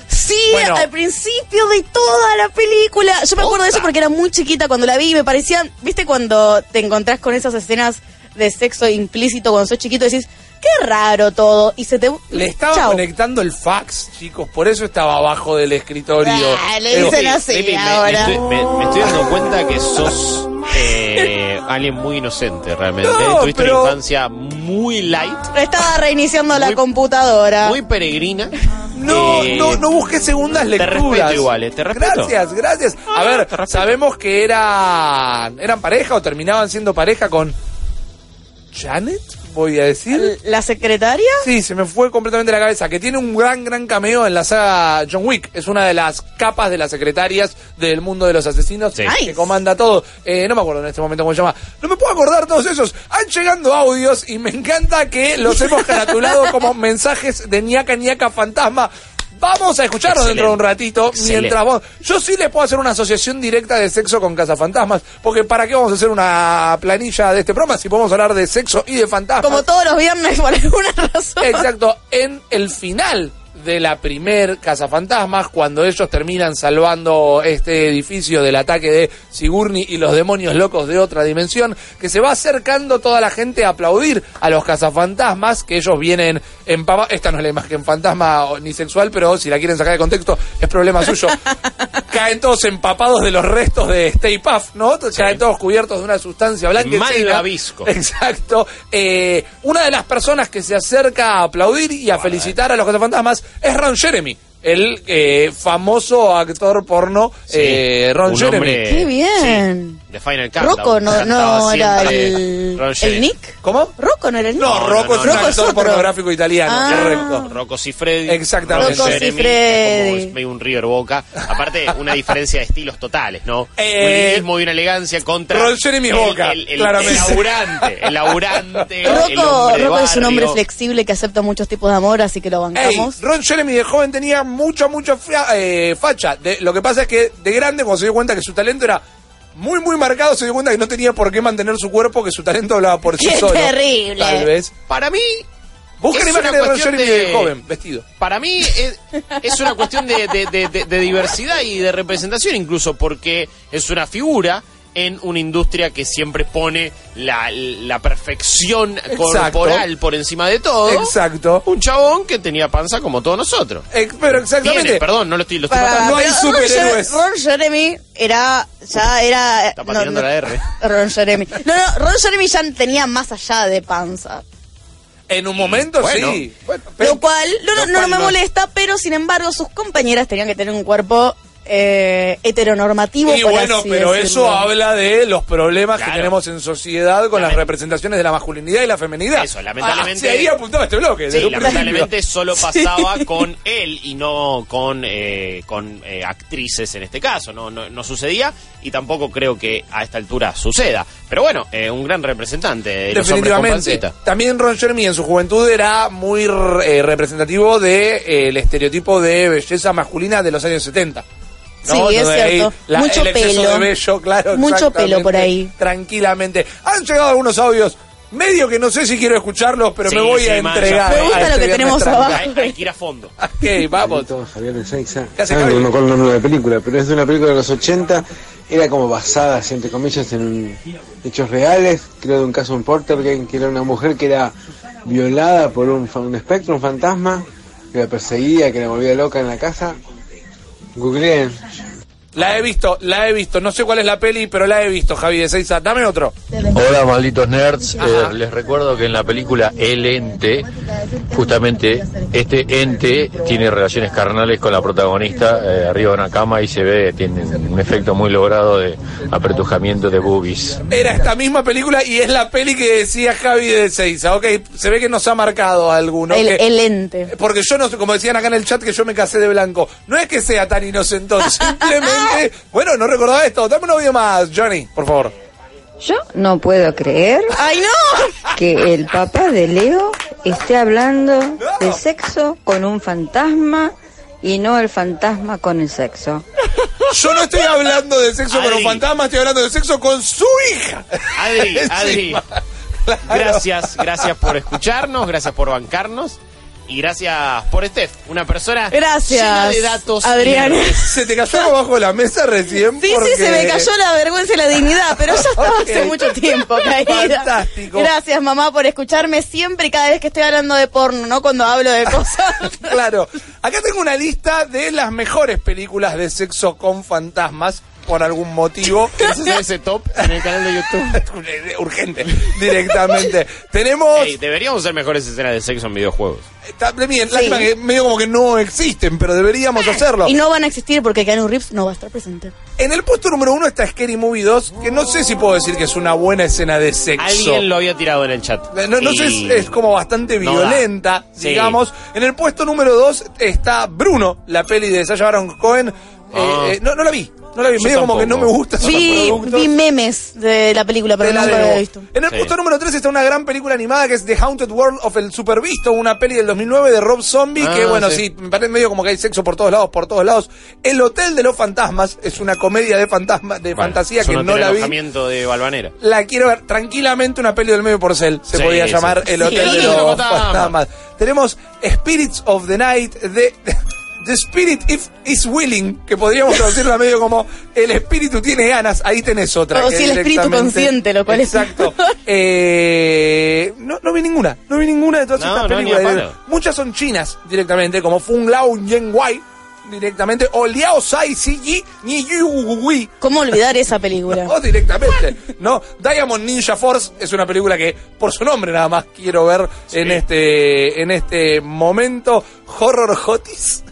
[SPEAKER 3] sí,
[SPEAKER 1] Bueno.
[SPEAKER 3] al principio de toda la película. Yo me acuerdo de eso
[SPEAKER 2] Posta.
[SPEAKER 3] porque era muy chiquita cuando la vi y me parecía, viste, cuando te encontrás con esas escenas de sexo implícito cuando sos chiquito, decís, qué raro todo. Y se te...
[SPEAKER 1] Le estaba
[SPEAKER 3] Chau.
[SPEAKER 1] conectando el fax, chicos, por eso estaba abajo del escritorio.
[SPEAKER 3] Ah, le dicen
[SPEAKER 1] Eh,
[SPEAKER 3] así
[SPEAKER 2] Pepi, me-
[SPEAKER 3] ahora.
[SPEAKER 2] Me, estoy, me- me estoy dando cuenta que sos eh, alguien muy inocente realmente.
[SPEAKER 1] No,
[SPEAKER 2] Tuviste
[SPEAKER 1] pero-
[SPEAKER 2] una infancia muy light,
[SPEAKER 3] Estaba reiniciando la
[SPEAKER 2] Muy-
[SPEAKER 3] computadora.
[SPEAKER 2] muy peregrina.
[SPEAKER 1] No,
[SPEAKER 2] Eh,
[SPEAKER 1] no, no busques segundas
[SPEAKER 2] te
[SPEAKER 1] lecturas.
[SPEAKER 2] respeto igual, eh, te respeto.
[SPEAKER 1] Gracias, gracias. A
[SPEAKER 2] Ah,
[SPEAKER 1] ver,
[SPEAKER 2] te respeto.
[SPEAKER 1] sabemos que eran, eran pareja o terminaban siendo pareja con Janet, voy a decir.
[SPEAKER 3] ¿La secretaria?
[SPEAKER 1] Sí, se me fue completamente la cabeza. Que tiene un gran, gran cameo en la saga John Wick. Es una de las capas de las secretarias del mundo de los asesinos
[SPEAKER 2] Sí.
[SPEAKER 1] que
[SPEAKER 3] Nice.
[SPEAKER 1] comanda todo. Eh, no me acuerdo en este momento cómo se llama. No me puedo acordar todos esos. Han llegando audios y me encanta que los
[SPEAKER 3] [LAUGHS]
[SPEAKER 1] hemos caratulado como mensajes de ñaca ñaca fantasma. Vamos a escucharlos
[SPEAKER 2] Excelente.
[SPEAKER 1] dentro de un ratito
[SPEAKER 2] Excelente.
[SPEAKER 1] mientras vos. Yo sí les puedo hacer una asociación directa de sexo con cazafantasmas. Porque ¿para qué vamos a hacer una planilla de este programa si podemos hablar de sexo y de fantasmas?
[SPEAKER 3] Como todos los viernes por alguna
[SPEAKER 1] [LAUGHS]
[SPEAKER 3] razón.
[SPEAKER 1] Exacto, en el final de la primer Cazafantasmas, cuando ellos terminan salvando este edificio del ataque de Sigourney y los demonios locos de otra dimensión, que se va acercando toda la gente a aplaudir a los Cazafantasmas, que ellos vienen en pava- Esta no es la imagen fantasma o- ni sexual, pero si la quieren sacar de contexto, es problema suyo. Caen todos empapados de los restos de Stay Puff, ¿no? Caen todos cubiertos de una sustancia blanca.
[SPEAKER 2] Mal
[SPEAKER 1] etcétera.
[SPEAKER 2] labisco.
[SPEAKER 1] Exacto. Eh, una de las personas que se acerca a aplaudir y a felicitar a los cazafantasmas es Ron Jeremy, el eh, famoso actor porno
[SPEAKER 2] Sí,
[SPEAKER 1] eh, Ron
[SPEAKER 2] un
[SPEAKER 1] Jeremy.
[SPEAKER 2] hombre-
[SPEAKER 3] Qué bien.
[SPEAKER 2] sí, de Final Countdown.
[SPEAKER 3] Rocco no, no
[SPEAKER 2] Cantaba
[SPEAKER 3] era
[SPEAKER 2] siempre
[SPEAKER 3] el,
[SPEAKER 2] Ron
[SPEAKER 3] el
[SPEAKER 2] Jeremy.
[SPEAKER 3] Nick.
[SPEAKER 1] ¿Cómo?
[SPEAKER 3] Rocco no era el Nick.
[SPEAKER 1] No, Rocco es
[SPEAKER 2] no,
[SPEAKER 1] un
[SPEAKER 2] no,
[SPEAKER 3] Rocco es
[SPEAKER 1] actor
[SPEAKER 3] otro.
[SPEAKER 1] pornográfico italiano,
[SPEAKER 3] Ah.
[SPEAKER 1] correcto.
[SPEAKER 2] Rocco Freddy.
[SPEAKER 1] Exactamente.
[SPEAKER 3] Rocco
[SPEAKER 2] Jeremy,
[SPEAKER 3] Siffredi.
[SPEAKER 2] es como medio un River Boca. Aparte, una diferencia de estilos totales, ¿no?
[SPEAKER 1] Eh,
[SPEAKER 2] un lirismo y una elegancia contra.
[SPEAKER 1] Ron Jeremy es
[SPEAKER 2] el-
[SPEAKER 1] Boca,
[SPEAKER 2] El, el-
[SPEAKER 1] claramente.
[SPEAKER 2] el laburante. El laburante. el
[SPEAKER 3] Rocco,
[SPEAKER 2] hombre de
[SPEAKER 3] Rocco es un
[SPEAKER 2] barrio.
[SPEAKER 3] hombre flexible que acepta muchos tipos de amor, así que lo
[SPEAKER 1] Ey,
[SPEAKER 3] bancamos.
[SPEAKER 1] Ron Jeremy de joven tenía mucha, mucha fia- eh, facha. De- lo que pasa es que de grande, cuando se dio cuenta que su talento era muy, muy marcado, se dio cuenta que no tenía por qué mantener su cuerpo, que su talento hablaba por sí
[SPEAKER 3] Qué
[SPEAKER 1] solo.
[SPEAKER 3] terrible.
[SPEAKER 1] Tal vez.
[SPEAKER 2] Para mí,
[SPEAKER 1] Busquen
[SPEAKER 2] Es
[SPEAKER 1] imágenes
[SPEAKER 2] una
[SPEAKER 1] de Ron
[SPEAKER 2] cuestión
[SPEAKER 1] Jeremy
[SPEAKER 2] de-
[SPEAKER 1] de joven, vestido.
[SPEAKER 2] Para mí es, es una cuestión de, de- de- de- de diversidad y de representación incluso, porque es una figura en una industria que siempre pone la, la perfección
[SPEAKER 1] Exacto.
[SPEAKER 2] corporal por encima de
[SPEAKER 3] ¿Oh?
[SPEAKER 2] todo.
[SPEAKER 1] Exacto.
[SPEAKER 2] Un chabón que tenía panza como todos nosotros.
[SPEAKER 1] Eh, pero exactamente.
[SPEAKER 2] Tiene, perdón, no lo estoy, lo estoy
[SPEAKER 3] Para-
[SPEAKER 2] matando.
[SPEAKER 1] no hay
[SPEAKER 3] pero
[SPEAKER 1] superhéroes.
[SPEAKER 3] Ron, Jer- Ron Jeremy era. Ya era. eh,
[SPEAKER 2] Está patinando la
[SPEAKER 3] [LAUGHS]
[SPEAKER 2] R.
[SPEAKER 3] Ron Jeremy. No, no, Ron Jeremy ya tenía más allá de panza.
[SPEAKER 1] En un momento
[SPEAKER 2] Bueno.
[SPEAKER 1] sí.
[SPEAKER 3] lo cual, no, no,
[SPEAKER 1] lo
[SPEAKER 3] no
[SPEAKER 1] cual
[SPEAKER 3] me
[SPEAKER 1] no.
[SPEAKER 3] molesta, pero sin embargo, sus compañeras tenían que tener un cuerpo eh, heteronormativo.
[SPEAKER 1] Y
[SPEAKER 3] por
[SPEAKER 1] bueno,
[SPEAKER 3] así
[SPEAKER 1] pero
[SPEAKER 3] decirlo.
[SPEAKER 1] eso habla de los problemas que
[SPEAKER 2] Claro.
[SPEAKER 1] tenemos en sociedad con las
[SPEAKER 2] Lament-
[SPEAKER 1] representaciones de la masculinidad y la feminidad.
[SPEAKER 2] Eso, lamentablemente-
[SPEAKER 1] Ah, sí, ahí apuntaba este bloque.
[SPEAKER 2] Sí,
[SPEAKER 1] desde un
[SPEAKER 2] lamentablemente
[SPEAKER 1] principio. [LAUGHS]
[SPEAKER 2] solo pasaba con él y no con, eh, con eh, actrices en este caso. No, no, no sucedía y tampoco creo que a esta altura suceda. Pero bueno, eh, un gran representante de los hombres con
[SPEAKER 1] Definitivamente.
[SPEAKER 2] pancita.
[SPEAKER 1] También Ron Jeremy en su juventud era muy eh, representativo del de, eh, el estereotipo de belleza masculina de los años 70.
[SPEAKER 3] Sí, es
[SPEAKER 1] Donde ahí
[SPEAKER 3] cierto.
[SPEAKER 1] la-
[SPEAKER 3] Mucho
[SPEAKER 1] el exceso
[SPEAKER 3] pelo.
[SPEAKER 1] de vello, claro,
[SPEAKER 3] Mucho
[SPEAKER 1] exactamente,
[SPEAKER 3] pelo por ahí.
[SPEAKER 1] Tranquilamente. Han llegado algunos audios, medio que no sé si quiero escucharlos, pero
[SPEAKER 2] Sí,
[SPEAKER 1] me voy
[SPEAKER 2] sí,
[SPEAKER 1] a
[SPEAKER 2] man,
[SPEAKER 1] entregar.
[SPEAKER 2] ya fue. Me
[SPEAKER 3] gusta
[SPEAKER 1] a este
[SPEAKER 3] lo que
[SPEAKER 1] viernes
[SPEAKER 3] tenemos
[SPEAKER 1] tranca.
[SPEAKER 3] abajo.
[SPEAKER 2] Hay, hay que ir a fondo.
[SPEAKER 1] Ok, vamos.
[SPEAKER 4] Todo Javier Ezeiza.
[SPEAKER 1] ¿Qué hace
[SPEAKER 4] Ah,
[SPEAKER 1] Javi?
[SPEAKER 4] no me acuerdo el nombre de la película, pero es de una película de los 80. Era como basada, entre comillas, en un- hechos reales. Creo de un caso en Porter, que que era una mujer que era violada por un, fa- un espectro, un fantasma, que la perseguía, que la volvía loca en la casa. Googleen.
[SPEAKER 1] La he visto, la he visto. No sé cuál es la peli, pero la he visto, Javi de Seiza. Dame otro.
[SPEAKER 6] Hola, malditos nerds. Eh, les recuerdo que en la película El Ente, justamente este ente tiene relaciones carnales con la protagonista eh, arriba de una cama y se ve, tiene un efecto muy logrado de apretujamiento de boobies.
[SPEAKER 1] Era esta misma película y es la peli que decía Javi de Seiza. Ok, se ve que nos ha marcado a alguno.
[SPEAKER 3] el,
[SPEAKER 1] que-
[SPEAKER 3] el ente.
[SPEAKER 1] Porque yo no, sé, como decían acá en el chat, que yo me casé de blanco. No es que sea tan inocentón,
[SPEAKER 3] [LAUGHS]
[SPEAKER 1] simplemente. Bueno, no recordaba esto. Dame un audio más, Johnny, por
[SPEAKER 3] [LAUGHS]
[SPEAKER 1] favor.
[SPEAKER 7] Yo no puedo creer
[SPEAKER 3] ¡Ay, no!
[SPEAKER 7] que el papá de Leo esté hablando de sexo con un fantasma y no el fantasma con el sexo.
[SPEAKER 1] Yo no estoy hablando de sexo con un
[SPEAKER 2] Adri.
[SPEAKER 1] fantasma, estoy hablando de sexo con su hija. [LAUGHS]
[SPEAKER 2] Adri, Adri.
[SPEAKER 1] Encima. Claro.
[SPEAKER 2] Gracias, gracias por escucharnos, gracias por bancarnos y gracias por Steph, una persona
[SPEAKER 3] Gracias,
[SPEAKER 2] llena de datos.
[SPEAKER 3] Adrián.
[SPEAKER 1] [LAUGHS]
[SPEAKER 2] y de-
[SPEAKER 1] Se te cayó abajo de la mesa recién.
[SPEAKER 3] Sí,
[SPEAKER 1] porque-
[SPEAKER 3] sí, se me cayó la vergüenza y la dignidad, pero ya estaba hace
[SPEAKER 1] Ok.
[SPEAKER 3] mucho
[SPEAKER 1] [LAUGHS]
[SPEAKER 3] tiempo caída.
[SPEAKER 1] Fantástico.
[SPEAKER 3] Gracias, mamá, por escucharme siempre y cada vez que estoy hablando de porno, ¿no? Cuando hablo de cosas.
[SPEAKER 1] [LAUGHS] Claro. Acá tengo una lista de las mejores películas de sexo con fantasmas, por algún
[SPEAKER 3] [LAUGHS]
[SPEAKER 1] motivo.
[SPEAKER 2] ¿Querés hacer ese top en el canal de YouTube?
[SPEAKER 1] [LAUGHS] Urgente,
[SPEAKER 2] [LAUGHS]
[SPEAKER 1] directamente. Tenemos.
[SPEAKER 2] Ey, deberíamos ser mejores escenas de sexo en videojuegos.
[SPEAKER 1] Está bien, lástima que medio como que no existen, pero
[SPEAKER 2] Ah,
[SPEAKER 1] deberíamos hacerlo.
[SPEAKER 3] Y no van a existir porque Keanu Reeves no va a estar presente.
[SPEAKER 1] En el puesto número uno está Scary Movie 2, que no sé si puedo decir que es una buena escena de sexo.
[SPEAKER 2] Alguien lo había tirado en el chat.
[SPEAKER 1] No, no sé,
[SPEAKER 2] Y-
[SPEAKER 1] es, es como bastante
[SPEAKER 2] No
[SPEAKER 1] violenta,
[SPEAKER 2] da. Sí.
[SPEAKER 1] digamos. En el puesto número 2 está Bruno, la peli de Sasha Baron Cohen. Eh,
[SPEAKER 2] Ah.
[SPEAKER 1] eh, no, no la vi, no la vi.
[SPEAKER 2] Yo
[SPEAKER 1] Medio como
[SPEAKER 2] tampoco.
[SPEAKER 1] que no me gusta esos
[SPEAKER 3] Vi,
[SPEAKER 1] productos.
[SPEAKER 3] vi memes de la película, pero
[SPEAKER 1] Te la
[SPEAKER 3] nunca la
[SPEAKER 1] debo.
[SPEAKER 3] había visto.
[SPEAKER 1] En el
[SPEAKER 2] Sí.
[SPEAKER 1] puesto número 3 está una gran película animada que es The Haunted World of el Supervisto, una peli del 2009 de Rob Zombie,
[SPEAKER 2] Ah,
[SPEAKER 1] que bueno, sí.
[SPEAKER 2] sí.
[SPEAKER 1] me parece medio como que hay sexo por todos lados, por todos lados. El Hotel de los Fantasmas es una comedia de fantasma, de
[SPEAKER 2] Bueno,
[SPEAKER 1] fantasía
[SPEAKER 2] yo
[SPEAKER 1] que no
[SPEAKER 2] tenía
[SPEAKER 1] la vi.
[SPEAKER 2] alojamiento de Balvanera.
[SPEAKER 1] La quiero ver tranquilamente una peli del medio porcel, se
[SPEAKER 2] Sí,
[SPEAKER 1] podía
[SPEAKER 2] sí.
[SPEAKER 1] llamar El Hotel
[SPEAKER 3] Sí,
[SPEAKER 1] de
[SPEAKER 3] el
[SPEAKER 1] los
[SPEAKER 3] Hotel de
[SPEAKER 2] los Fantasmas.
[SPEAKER 1] Fantasmas. Tenemos Spirits of the Night de... [LAUGHS] The Spirit if is willing, que podríamos traducirla medio como el espíritu tiene ganas, ahí tenés otra.
[SPEAKER 3] O
[SPEAKER 1] que
[SPEAKER 3] si el espíritu
[SPEAKER 1] directamente-
[SPEAKER 3] consciente, lo cual es-
[SPEAKER 1] Exacto. [LAUGHS] Eh, no, no vi ninguna, no vi ninguna de todas
[SPEAKER 2] No,
[SPEAKER 1] estas
[SPEAKER 2] no, ni
[SPEAKER 1] películas. Eh,
[SPEAKER 2] a palo.
[SPEAKER 1] Muchas son chinas directamente, como Fung Lao Yen Wai, directamente, o Liao Sai Si Yi Ni Yu Wui.
[SPEAKER 3] [LAUGHS] ¿Cómo olvidar esa película?
[SPEAKER 1] [LAUGHS] O directamente, ¿no? Diamond Ninja Force es una película que por su nombre nada más quiero ver en este en este momento. Horror Hotis.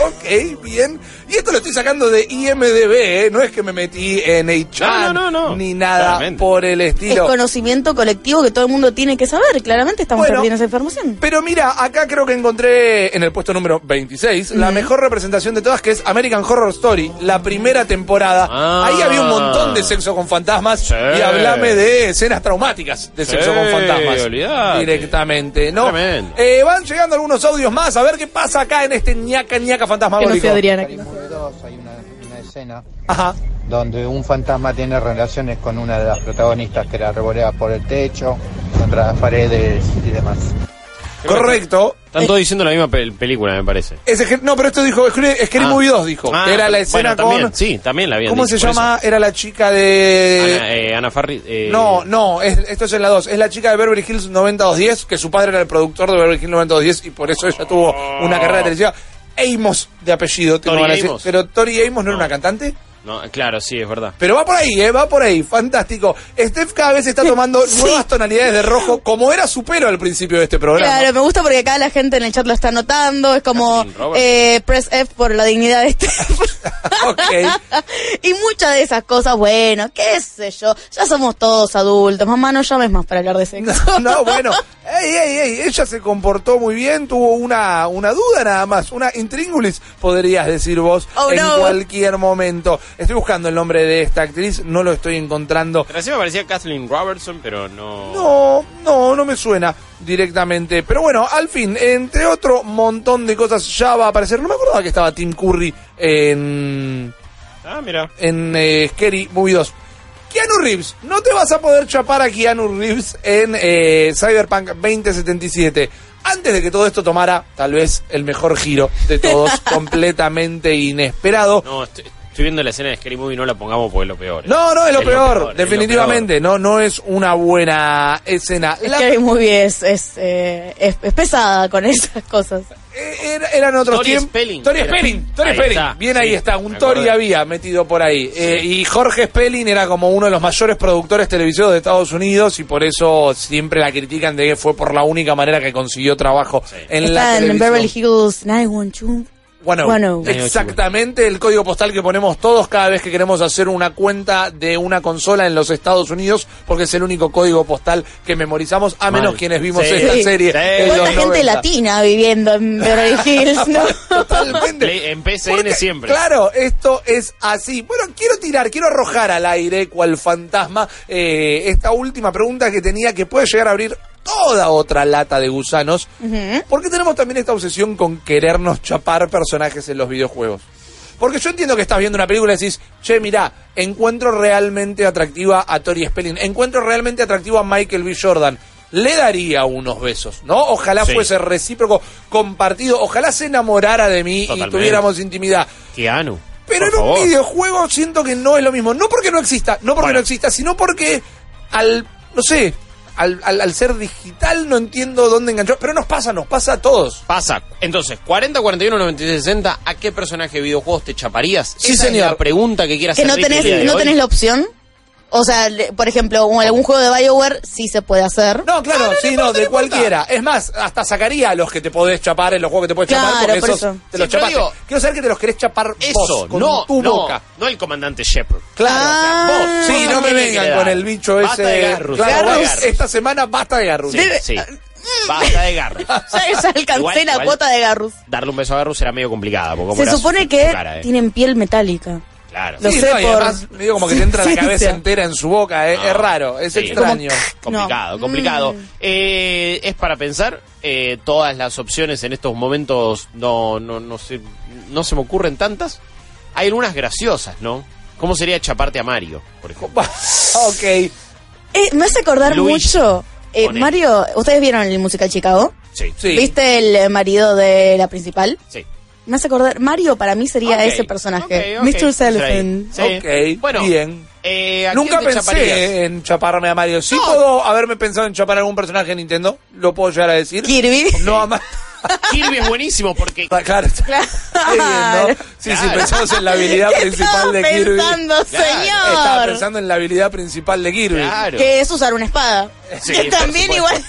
[SPEAKER 1] Ok, bien. Y esto lo estoy sacando de IMDB, ¿eh? no es que me metí en HR
[SPEAKER 2] No, no, no, no.
[SPEAKER 1] ni nada
[SPEAKER 2] Claramente.
[SPEAKER 1] por el
[SPEAKER 3] Es
[SPEAKER 1] estilo.
[SPEAKER 3] conocimiento colectivo que todo el mundo tiene que saber. Claramente estamos
[SPEAKER 1] Bueno.
[SPEAKER 3] perdiendo esa información.
[SPEAKER 1] Pero mira, acá creo que encontré en el puesto número 26 la mejor representación de todas, que es American Horror Story, la primera temporada.
[SPEAKER 2] Ah.
[SPEAKER 1] Ahí había un montón de sexo con fantasmas
[SPEAKER 2] Sí.
[SPEAKER 1] y hablame de escenas traumáticas de
[SPEAKER 2] Sí,
[SPEAKER 1] sexo con fantasmas.
[SPEAKER 2] olvidate.
[SPEAKER 1] Directamente, ¿no?
[SPEAKER 2] Tremendo.
[SPEAKER 1] Eh, van llegando algunos audios más a ver qué pasa acá en este ñaca ñaca
[SPEAKER 3] Que no
[SPEAKER 1] fantasmagórico.
[SPEAKER 3] sea Adriana. que
[SPEAKER 8] Scary
[SPEAKER 3] no sea-
[SPEAKER 8] Movie 2 hay una, una escena
[SPEAKER 1] Ajá.
[SPEAKER 8] donde un fantasma tiene relaciones con una de las protagonistas que la revolea por el techo, contra las paredes y demás.
[SPEAKER 1] Correcto.
[SPEAKER 2] Están todos diciendo la misma pel- película, me parece.
[SPEAKER 1] Ese gen- no, pero esto dijo Scary Scary
[SPEAKER 2] Ah.
[SPEAKER 1] Movie 2 dijo.
[SPEAKER 2] Ah,
[SPEAKER 1] que era la
[SPEAKER 2] bueno,
[SPEAKER 1] escena
[SPEAKER 2] también,
[SPEAKER 1] con
[SPEAKER 2] Sí, también la habían
[SPEAKER 1] ¿Cómo
[SPEAKER 2] dicho,
[SPEAKER 1] se
[SPEAKER 2] por eso.
[SPEAKER 1] llama? Era la chica de
[SPEAKER 2] Ana, eh, Ana Farri- eh,
[SPEAKER 1] No, no, es- esto es en la 2. Es la chica de Beverly Hills 90210, que su padre era el productor de Beverly Hills 90210 y por eso ella tuvo una carrera de televisión. Amos de apellido, te lo
[SPEAKER 2] Tori
[SPEAKER 1] van a decir.
[SPEAKER 2] Amos.
[SPEAKER 1] Pero Tori Amos no, era una cantante.
[SPEAKER 2] No, claro, sí, es verdad.
[SPEAKER 1] Pero va por ahí, ¿eh? va por ahí. Fantástico. Steph cada vez está tomando nuevas tonalidades de rojo, como era su pelo al principio de este programa.
[SPEAKER 3] Claro, me gusta porque acá la gente en el chat lo está notando. Es como
[SPEAKER 2] Justin Roberts.
[SPEAKER 3] eh, press F por la dignidad de este.
[SPEAKER 1] [LAUGHS] Ok.
[SPEAKER 3] [LAUGHS] y muchas de esas cosas, bueno, qué sé yo. Ya somos todos adultos. Mamá, no llames más para hablar de sexo.
[SPEAKER 1] No, [LAUGHS]
[SPEAKER 3] [LAUGHS]
[SPEAKER 1] no, bueno. Ey, ey, ey. Ella se comportó muy bien. Tuvo una, una duda nada más. Una intríngulis, podrías decir vos,
[SPEAKER 3] Oh,
[SPEAKER 1] en
[SPEAKER 3] no.
[SPEAKER 1] cualquier momento. Estoy buscando el nombre de esta actriz. No lo estoy encontrando.
[SPEAKER 2] Recién me parecía Kathleen Robertson, pero no.
[SPEAKER 1] No, no, no me suena directamente. Pero bueno, al fin, entre otro montón de cosas ya va a aparecer. No me acordaba que estaba Tim Curry en,
[SPEAKER 2] Ah, mira.
[SPEAKER 1] en eh, Scary Movie 2. Keanu Reeves, no te vas a poder chapar a Keanu Reeves en eh, Cyberpunk 2077. Antes de que todo esto tomara, tal vez, el mejor giro de todos,
[SPEAKER 2] [LAUGHS]
[SPEAKER 1] completamente inesperado.
[SPEAKER 2] No, estoy, estoy viendo la escena de Scary Movie, no la pongamos porque es lo peor. eh.
[SPEAKER 1] No, no, es lo peor,
[SPEAKER 2] es lo
[SPEAKER 1] definitivamente. No,
[SPEAKER 2] peor.
[SPEAKER 1] no es una buena escena.
[SPEAKER 3] Es
[SPEAKER 1] La-
[SPEAKER 3] que muy bien, es, es, eh, es- es pesada con esas cosas.
[SPEAKER 1] Eh, era- eran otros
[SPEAKER 2] Tori
[SPEAKER 1] tiempos.
[SPEAKER 2] Spelling.
[SPEAKER 1] Tori
[SPEAKER 2] Era.
[SPEAKER 1] Spelling. Tori
[SPEAKER 2] Ahí
[SPEAKER 1] Spelling.
[SPEAKER 2] está.
[SPEAKER 1] Bien
[SPEAKER 2] Sí,
[SPEAKER 1] ahí está. Un
[SPEAKER 2] me
[SPEAKER 1] Tori
[SPEAKER 2] acordé.
[SPEAKER 1] había metido por ahí. Eh, y Jorge Spelling era como uno de los mayores productores televisivos de Estados Unidos y por eso siempre la critican de que fue por la única manera que consiguió trabajo en la
[SPEAKER 3] Está en
[SPEAKER 1] televisión.
[SPEAKER 3] Beverly Hills 912.
[SPEAKER 1] Bueno,
[SPEAKER 3] Bueno.
[SPEAKER 1] exactamente el código postal que ponemos todos cada vez que queremos hacer una cuenta de una consola en los Estados Unidos, porque es el único código postal que memorizamos, a menos quienes vimos
[SPEAKER 2] Sí.
[SPEAKER 1] esta
[SPEAKER 2] Sí.
[SPEAKER 1] serie.
[SPEAKER 2] Sí.
[SPEAKER 1] en
[SPEAKER 3] ¿Cuánta
[SPEAKER 1] los
[SPEAKER 3] gente
[SPEAKER 1] 90?
[SPEAKER 3] latina viviendo en Beverly
[SPEAKER 1] [LAUGHS]
[SPEAKER 3] Hills, no?
[SPEAKER 1] Totalmente.
[SPEAKER 2] Play- en PSN
[SPEAKER 1] Porque,
[SPEAKER 2] siempre.
[SPEAKER 1] Claro, esto es así. Bueno, quiero tirar, quiero arrojar al aire, cual fantasma, eh, esta última pregunta que tenía que puede llegar a abrir toda otra lata de gusanos. Porque tenemos también esta obsesión con querernos chapar personajes en los videojuegos. Porque yo entiendo que estás viendo una película y decís, che, mirá, encuentro realmente atractiva a Tori Spelling, encuentro realmente atractivo a Michael B. Jordan. Le daría unos besos, ¿no? Ojalá
[SPEAKER 2] Sí.
[SPEAKER 1] fuese recíproco, compartido, ojalá se enamorara de mí y
[SPEAKER 2] Totalmente.
[SPEAKER 1] tuviéramos intimidad.
[SPEAKER 2] Keanu.
[SPEAKER 1] Pero
[SPEAKER 2] por
[SPEAKER 1] en un
[SPEAKER 2] favor.
[SPEAKER 1] videojuego siento que no es lo mismo. No porque no exista, no porque
[SPEAKER 2] Bueno.
[SPEAKER 1] no exista, sino porque al, no sé, al, al- al ser digital no entiendo dónde enganchó. Pero nos pasa, nos pasa a todos.
[SPEAKER 2] Pasa. Entonces, 40, 41, 96, 60, ¿a qué personaje de videojuegos te chaparías?
[SPEAKER 1] Sí,
[SPEAKER 2] Esa
[SPEAKER 1] señor.
[SPEAKER 2] es la pregunta que quieras
[SPEAKER 3] que
[SPEAKER 2] hacer.
[SPEAKER 3] no
[SPEAKER 2] Ricky, el día
[SPEAKER 3] tenés,
[SPEAKER 2] de
[SPEAKER 3] no
[SPEAKER 2] hoy.
[SPEAKER 3] tenés la opción. O sea, le- por ejemplo, un- algún juego de Bioware sí se puede hacer.
[SPEAKER 1] No, claro,
[SPEAKER 3] Ah,
[SPEAKER 1] sí,
[SPEAKER 3] importa,
[SPEAKER 1] no, de
[SPEAKER 3] importa.
[SPEAKER 1] cualquiera. Es más, hasta sacaría a los que te podés chapar en los juegos que te podés chapar
[SPEAKER 3] Claro,
[SPEAKER 1] porque
[SPEAKER 3] por
[SPEAKER 1] esos
[SPEAKER 3] eso.
[SPEAKER 1] te los
[SPEAKER 2] Sí, pero
[SPEAKER 1] chapaste.
[SPEAKER 2] digo-
[SPEAKER 1] Quiero saber que te los querés chapar
[SPEAKER 2] Eso,
[SPEAKER 1] vos, con
[SPEAKER 2] no,
[SPEAKER 1] tu
[SPEAKER 2] no,
[SPEAKER 1] boca.
[SPEAKER 2] no el comandante Shepard.
[SPEAKER 1] Claro,
[SPEAKER 3] Ah.
[SPEAKER 1] o sea, vos. Sí,
[SPEAKER 2] vos
[SPEAKER 1] no me
[SPEAKER 2] también le
[SPEAKER 1] vengan
[SPEAKER 2] querés
[SPEAKER 1] con
[SPEAKER 2] dar.
[SPEAKER 1] el bicho
[SPEAKER 2] Basta
[SPEAKER 1] ese.
[SPEAKER 2] de garrus,
[SPEAKER 1] Claro,
[SPEAKER 2] basta de
[SPEAKER 1] vos,
[SPEAKER 2] garrus.
[SPEAKER 1] esta semana basta de garrus.
[SPEAKER 2] Sí, sí.
[SPEAKER 3] Ah.
[SPEAKER 2] Basta de Garrus.
[SPEAKER 3] [LAUGHS] Ya, ya alcancé
[SPEAKER 2] Igual-
[SPEAKER 3] la
[SPEAKER 2] igual-
[SPEAKER 3] cuota de Garrus.
[SPEAKER 2] Darle un beso a Garrus era medio complicada. porque como
[SPEAKER 3] Se
[SPEAKER 2] era su-
[SPEAKER 3] supone
[SPEAKER 2] su
[SPEAKER 3] que
[SPEAKER 2] cara, eh.
[SPEAKER 3] tienen piel metálica.
[SPEAKER 2] Claro.
[SPEAKER 3] Lo
[SPEAKER 1] Sí,
[SPEAKER 3] sé
[SPEAKER 1] no, y
[SPEAKER 3] por
[SPEAKER 1] además, medio como que te entra la cabeza
[SPEAKER 3] ciencia.
[SPEAKER 1] entera en su boca, eh. es raro, es
[SPEAKER 2] Ah, Sí.
[SPEAKER 1] extraño.
[SPEAKER 2] Complicado,
[SPEAKER 3] No.
[SPEAKER 2] complicado.
[SPEAKER 3] Mm.
[SPEAKER 2] Eh, es para pensar, eh, todas las opciones en estos momentos no, no, no, se, no se me ocurren tantas. Hay algunas graciosas, ¿no? ¿Cómo sería chaparte a Mario,
[SPEAKER 1] [LAUGHS]
[SPEAKER 2] por ejemplo?
[SPEAKER 1] ok.
[SPEAKER 3] Eh, me hace acordar
[SPEAKER 2] Luis.
[SPEAKER 3] mucho. eh,
[SPEAKER 2] Ponele.
[SPEAKER 3] Mario, ¿ustedes vieron el musical Chicago?
[SPEAKER 2] Sí,
[SPEAKER 1] Sí.
[SPEAKER 3] ¿Viste el eh, marido de la principal?
[SPEAKER 2] sí.
[SPEAKER 3] Me hace acordar. Mario para mí sería
[SPEAKER 2] Ok,
[SPEAKER 3] ese personaje.
[SPEAKER 2] ok, ok.
[SPEAKER 3] Mr.
[SPEAKER 2] Sí,
[SPEAKER 3] Elephant.
[SPEAKER 2] sí.
[SPEAKER 1] Ok,
[SPEAKER 2] Bueno,
[SPEAKER 1] bien.
[SPEAKER 2] eh, ¿a
[SPEAKER 1] Nunca
[SPEAKER 2] quién te
[SPEAKER 1] pensé
[SPEAKER 2] chaparías?
[SPEAKER 1] en chaparme a Mario. Sí
[SPEAKER 2] No.
[SPEAKER 1] puedo haberme pensado en chapar a algún personaje de Nintendo, lo puedo llegar a decir.
[SPEAKER 3] Kirby.
[SPEAKER 1] No a Mario. [LAUGHS]
[SPEAKER 2] Kirby es buenísimo porque
[SPEAKER 1] Ah, [LAUGHS] Claro, está bien, ¿no? Sí, sí,
[SPEAKER 2] Claro.
[SPEAKER 1] pensamos en la habilidad
[SPEAKER 3] ¿Qué estaba
[SPEAKER 1] principal de Kirby.
[SPEAKER 3] pensando,
[SPEAKER 2] Claro,
[SPEAKER 1] Estaba
[SPEAKER 3] señor?
[SPEAKER 1] pensando en la habilidad principal de Kirby.
[SPEAKER 2] Claro.
[SPEAKER 3] Que es usar una espada.
[SPEAKER 2] Sí,
[SPEAKER 3] que
[SPEAKER 2] por
[SPEAKER 3] también
[SPEAKER 2] supuesto.
[SPEAKER 3] igual.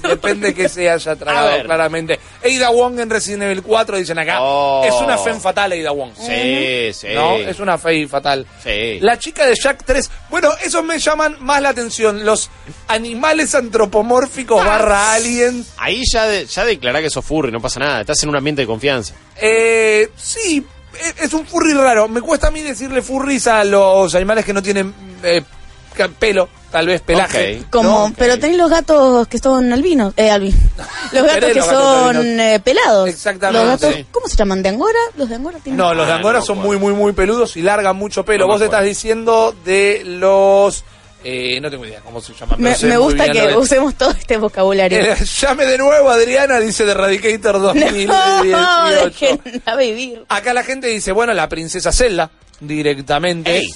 [SPEAKER 1] De- depende que se haya
[SPEAKER 2] A
[SPEAKER 1] tragado,
[SPEAKER 2] ver.
[SPEAKER 1] claramente. Ada Wong en Resident Evil 4, dicen acá.
[SPEAKER 2] Oh.
[SPEAKER 1] Es una fan fatal, Ada Wong.
[SPEAKER 2] Sí, sí.
[SPEAKER 1] ¿No? Es una fe fatal.
[SPEAKER 2] Sí.
[SPEAKER 1] La chica de Jack 3. Bueno, esos me llaman más la atención. Los animales
[SPEAKER 3] Ah.
[SPEAKER 1] antropomórficos barra aliens.
[SPEAKER 2] Ahí ya, de- ya declará que sos furry, no pasa nada. Estás en un ambiente de confianza.
[SPEAKER 1] Eh, sí, e- es un furry raro. Me cuesta a mí decirle furries a los animales que no tienen eh, ca- pelo, tal vez pelaje.
[SPEAKER 2] Ok.
[SPEAKER 3] Como,
[SPEAKER 1] ¿no?
[SPEAKER 3] pero tenés los gatos que son albinos,
[SPEAKER 1] [LAUGHS]
[SPEAKER 3] eh, albinos. Los gatos
[SPEAKER 1] Tenés
[SPEAKER 3] que
[SPEAKER 1] los gatos
[SPEAKER 3] son
[SPEAKER 1] albinos.
[SPEAKER 3] eh, pelados.
[SPEAKER 1] Exactamente.
[SPEAKER 3] Los gatos,
[SPEAKER 2] Sí.
[SPEAKER 3] ¿cómo se llaman? ¿De Angora? Los de Angora tienen.
[SPEAKER 1] No, los de
[SPEAKER 2] Ah,
[SPEAKER 1] Angora
[SPEAKER 2] no me
[SPEAKER 1] son muy,
[SPEAKER 2] acuerdo.
[SPEAKER 1] muy, muy peludos y largan mucho pelo.
[SPEAKER 2] No me
[SPEAKER 1] Vos estás
[SPEAKER 2] acuerdo.
[SPEAKER 1] diciendo de los... eh, no tengo idea cómo se llaman. pero
[SPEAKER 3] me,
[SPEAKER 1] sé
[SPEAKER 3] me
[SPEAKER 1] muy
[SPEAKER 3] gusta
[SPEAKER 1] bien lo
[SPEAKER 3] que
[SPEAKER 1] de-
[SPEAKER 3] usemos todo este
[SPEAKER 1] [LAUGHS]
[SPEAKER 3] vocabulario.
[SPEAKER 1] Eh, llame de nuevo, Adriana, dice de
[SPEAKER 2] [LAUGHS]
[SPEAKER 1] Radicator 2018.
[SPEAKER 3] [LAUGHS] No, déjenla vivir.
[SPEAKER 1] Acá la gente dice, bueno, la princesa Zelda, directamente.
[SPEAKER 2] Ey,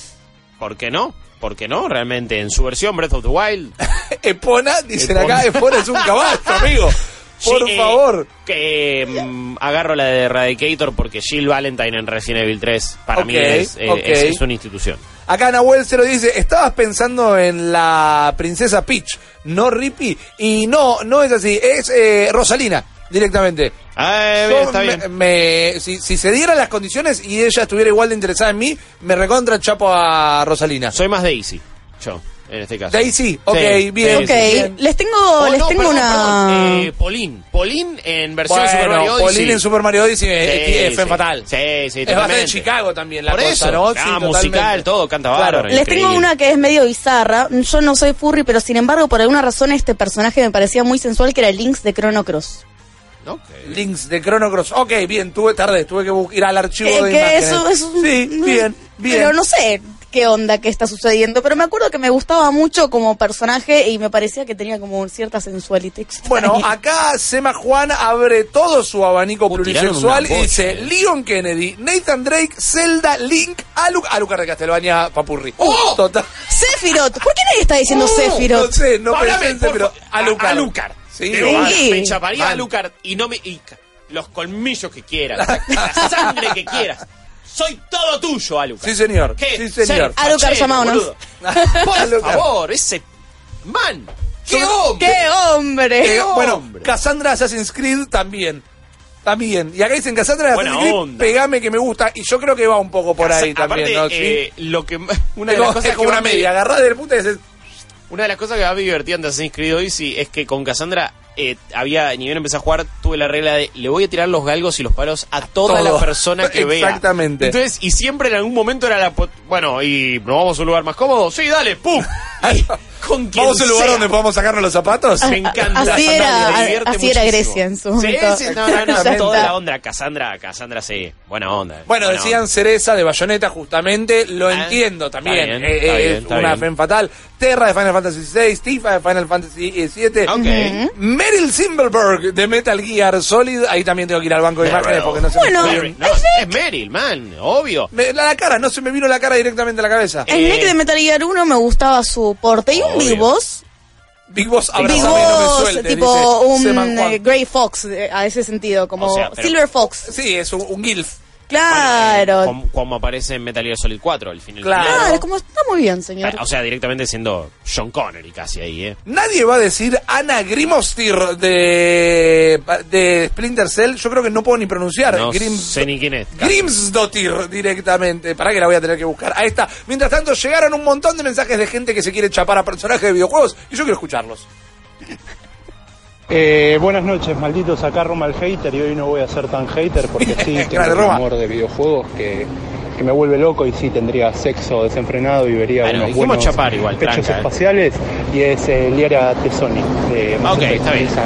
[SPEAKER 2] ¿por qué no? ¿Por qué no? Realmente, en su versión Breath of the Wild.
[SPEAKER 1] [LAUGHS] Epona, dicen
[SPEAKER 2] Epona.
[SPEAKER 1] acá, Epona es un caballo,
[SPEAKER 2] [LAUGHS]
[SPEAKER 1] amigo. [LAUGHS] Por
[SPEAKER 2] Sí, eh,
[SPEAKER 1] favor.
[SPEAKER 2] que, mm, agarro la de Eradicator porque Jill Valentine en Resident Evil 3 para
[SPEAKER 1] Ok,
[SPEAKER 2] mí es, eh,
[SPEAKER 1] ok.
[SPEAKER 2] es- es una institución.
[SPEAKER 1] Acá Nahuel se lo dice, estabas pensando en la princesa Peach, no Rippy, y no, no es así, es eh, Rosalina, directamente.
[SPEAKER 2] Ah,
[SPEAKER 1] Yo
[SPEAKER 2] está
[SPEAKER 1] me-
[SPEAKER 2] bien.
[SPEAKER 1] me- si, si se dieran las condiciones y ella estuviera igual de interesada en mí, me recontra chapo a Rosalina.
[SPEAKER 2] Soy más Daisy, yo, en este caso.
[SPEAKER 1] Daisy, ok,
[SPEAKER 2] Sí,
[SPEAKER 1] bien.
[SPEAKER 3] Ok,
[SPEAKER 2] Daisy.
[SPEAKER 1] bien.
[SPEAKER 3] les tengo,
[SPEAKER 2] Oh,
[SPEAKER 3] les
[SPEAKER 2] no,
[SPEAKER 3] tengo
[SPEAKER 2] perdón,
[SPEAKER 3] una.
[SPEAKER 2] perdón, eh, Pauline. Pauline en versión
[SPEAKER 1] Bueno,
[SPEAKER 2] Super Mario Odyssey.
[SPEAKER 1] Pauline en Super Mario Odyssey eh, es,
[SPEAKER 2] Sí,
[SPEAKER 1] es fan
[SPEAKER 2] sí.
[SPEAKER 1] fatal.
[SPEAKER 2] Sí, sí,
[SPEAKER 1] Es bastante de
[SPEAKER 2] totalmente.
[SPEAKER 1] Chicago también la
[SPEAKER 2] Por
[SPEAKER 1] cosa,
[SPEAKER 2] eso.
[SPEAKER 1] ¿no?
[SPEAKER 2] Ah,
[SPEAKER 1] totalmente.
[SPEAKER 2] musical, todo, canta bárbaro.
[SPEAKER 3] Les tengo
[SPEAKER 2] Increíble.
[SPEAKER 3] una que es medio bizarra. Yo no soy furry, pero sin embargo, por alguna razón, este personaje me parecía muy sensual, que era Lynx de Chrono Cross.
[SPEAKER 2] Ok.
[SPEAKER 1] Links de Chrono Cross. Ok, bien, tuve tarde, tuve que bu- ir al archivo
[SPEAKER 3] que,
[SPEAKER 1] de
[SPEAKER 3] que
[SPEAKER 1] imágenes.
[SPEAKER 3] eso es un-
[SPEAKER 1] Sí, bien, bien.
[SPEAKER 3] Pero no sé qué onda que está sucediendo, pero me acuerdo que me gustaba mucho como personaje y me parecía que tenía como cierta sensualidad. extraña.
[SPEAKER 1] Bueno, acá Sema Juan abre todo su abanico
[SPEAKER 2] Uh, tiraron
[SPEAKER 1] plurisexual
[SPEAKER 2] una
[SPEAKER 1] y
[SPEAKER 2] bocha,
[SPEAKER 1] dice
[SPEAKER 2] eh.
[SPEAKER 1] Leon Kennedy, Nathan Drake, Zelda, Link, Aluc, Alucard de Castelvania, Papurri. Total.
[SPEAKER 3] Sephiroth, ¿por qué nadie está ¡Oh! diciendo
[SPEAKER 1] No
[SPEAKER 3] Sephiroth?
[SPEAKER 1] sé, Uh, no
[SPEAKER 2] Háblame,
[SPEAKER 1] pensé,
[SPEAKER 2] por
[SPEAKER 1] pero
[SPEAKER 2] fa-
[SPEAKER 1] Alucard.
[SPEAKER 2] Alucard.
[SPEAKER 1] Sí,
[SPEAKER 2] De
[SPEAKER 1] mal.
[SPEAKER 2] una, Me chaparía a
[SPEAKER 1] Mal.
[SPEAKER 2] Alucard y no me. y ca- los colmillos que quieras, la sangre que quieras. Soy todo tuyo, Alucard.
[SPEAKER 1] Sí, señor.
[SPEAKER 2] ¿Qué?
[SPEAKER 1] Sí, señor.
[SPEAKER 2] Ser fachero,
[SPEAKER 3] Alucard, llamanos.
[SPEAKER 2] boludo. Por
[SPEAKER 1] Alucard.
[SPEAKER 2] favor, ese man. ¡Qué hombre!
[SPEAKER 3] ¡Qué hombre!
[SPEAKER 1] Eh, bueno,
[SPEAKER 2] hombre.
[SPEAKER 1] Cassandra Assassin's Creed también. También. Y acá dicen Cassandra
[SPEAKER 2] Buena
[SPEAKER 1] Assassin's Creed,
[SPEAKER 2] onda.
[SPEAKER 1] pegame que me gusta. Y yo creo que va un poco por ahí
[SPEAKER 2] Aparte,
[SPEAKER 1] también, ¿no?
[SPEAKER 2] eh,
[SPEAKER 1] ¿Sí?
[SPEAKER 2] lo que [LAUGHS] una de
[SPEAKER 1] Es como-
[SPEAKER 2] las cosas
[SPEAKER 1] es [LAUGHS] como
[SPEAKER 2] que
[SPEAKER 1] una
[SPEAKER 2] más me-
[SPEAKER 1] media. Agarrás del puta y
[SPEAKER 2] [LAUGHS]
[SPEAKER 1] dices,
[SPEAKER 2] Una de las cosas que más me divertían de Assassin's Creed Odyssey es que con Cassandra eh, había, ni bien empecé a jugar, tuve la regla de le voy a tirar los galgos y los palos a toda
[SPEAKER 1] todo.
[SPEAKER 2] la persona que vea.
[SPEAKER 1] Exactamente.
[SPEAKER 2] Entonces, y siempre en algún momento era la po- bueno, y nos vamos a un lugar más cómodo. Sí, dale,
[SPEAKER 3] [LAUGHS]
[SPEAKER 2] pum. Y con quien
[SPEAKER 1] "Ah, ¿vamos a un lugar
[SPEAKER 2] sea. Ah.
[SPEAKER 1] donde podamos sacarnos los zapatos?
[SPEAKER 2] Me encanta.
[SPEAKER 3] Así
[SPEAKER 2] Cassandra,
[SPEAKER 3] era-
[SPEAKER 2] me divierte
[SPEAKER 3] así era
[SPEAKER 2] muchísimo.
[SPEAKER 3] Grecia en su momento.
[SPEAKER 2] Sí, sí, no, no, no,
[SPEAKER 1] Exactamente.
[SPEAKER 2] toda la onda. Cassandra, Cassandra, sí. Buena onda.
[SPEAKER 1] Bueno,
[SPEAKER 2] buena
[SPEAKER 1] decían
[SPEAKER 2] onda.
[SPEAKER 1] Cereza de Bayonetta, justamente, lo
[SPEAKER 2] Ah,
[SPEAKER 1] entiendo
[SPEAKER 2] está
[SPEAKER 1] también.
[SPEAKER 2] bien,
[SPEAKER 1] Eh,
[SPEAKER 2] está
[SPEAKER 1] eh,
[SPEAKER 2] bien,
[SPEAKER 1] es
[SPEAKER 2] está
[SPEAKER 1] una
[SPEAKER 2] bien.
[SPEAKER 1] fan fatal. Terra de Final Fantasy VI, Tifa de Final Fantasy VII.
[SPEAKER 2] Ok.
[SPEAKER 1] Meryl Simberberg de Metal Gear Solid. Ahí también tengo que ir al banco de
[SPEAKER 2] Meryl.
[SPEAKER 1] imágenes porque no se
[SPEAKER 3] Bueno.
[SPEAKER 1] me,
[SPEAKER 2] Meryl, no, es Meryl, man, obvio.
[SPEAKER 1] me- la, la cara, no se me vino la cara directamente a la cabeza.
[SPEAKER 2] Eh,
[SPEAKER 3] El Nick de Metal Gear 1 me gustaba su porte y un
[SPEAKER 2] Obvio.
[SPEAKER 3] Big Boss.
[SPEAKER 1] Big Boss,
[SPEAKER 3] Big
[SPEAKER 1] abrázame, no me
[SPEAKER 3] Boss,
[SPEAKER 1] sueltes,
[SPEAKER 3] tipo
[SPEAKER 1] dice Seman
[SPEAKER 3] un
[SPEAKER 1] Juan.
[SPEAKER 3] eh, Grey Fox, eh, a ese sentido, como
[SPEAKER 2] O sea, pero-
[SPEAKER 3] Silver Fox.
[SPEAKER 1] Sí, es un, un gilf.
[SPEAKER 3] Claro.
[SPEAKER 2] Bueno, eh, como, como aparece en Metal Gear Solid 4, el final.
[SPEAKER 1] Claro. Ah,
[SPEAKER 3] claro, es como está muy bien, señor.
[SPEAKER 2] O sea, directamente siendo John Connery casi ahí, ¿eh?
[SPEAKER 1] Nadie va a decir Ana Grimostir de, de Splinter Cell. Yo creo que no puedo ni pronunciar.
[SPEAKER 2] No
[SPEAKER 1] Grims-
[SPEAKER 2] sé ni quién es.
[SPEAKER 1] Grimsdottir directamente. Para que la voy a tener que buscar. Ahí está. Mientras tanto, llegaron un montón de mensajes de gente que se quiere chapar a personajes de videojuegos y yo quiero escucharlos.
[SPEAKER 5] Eh, buenas noches, malditos. Acá Roma el hater y hoy no voy a ser tan hater porque
[SPEAKER 1] [LAUGHS]
[SPEAKER 5] sí
[SPEAKER 1] Grande,
[SPEAKER 5] tengo un
[SPEAKER 1] Roma.
[SPEAKER 5] amor de videojuegos que, que me vuelve loco y sí tendría sexo desenfrenado y vería
[SPEAKER 2] Bueno,
[SPEAKER 5] unos
[SPEAKER 2] dijimos
[SPEAKER 5] buenos
[SPEAKER 2] chapar igual,
[SPEAKER 5] pechos
[SPEAKER 2] tranca, eh.
[SPEAKER 5] espaciales y es eh, Liara Tesoni de Mass
[SPEAKER 2] Ok,
[SPEAKER 5] Effect,
[SPEAKER 2] está bien.
[SPEAKER 5] esa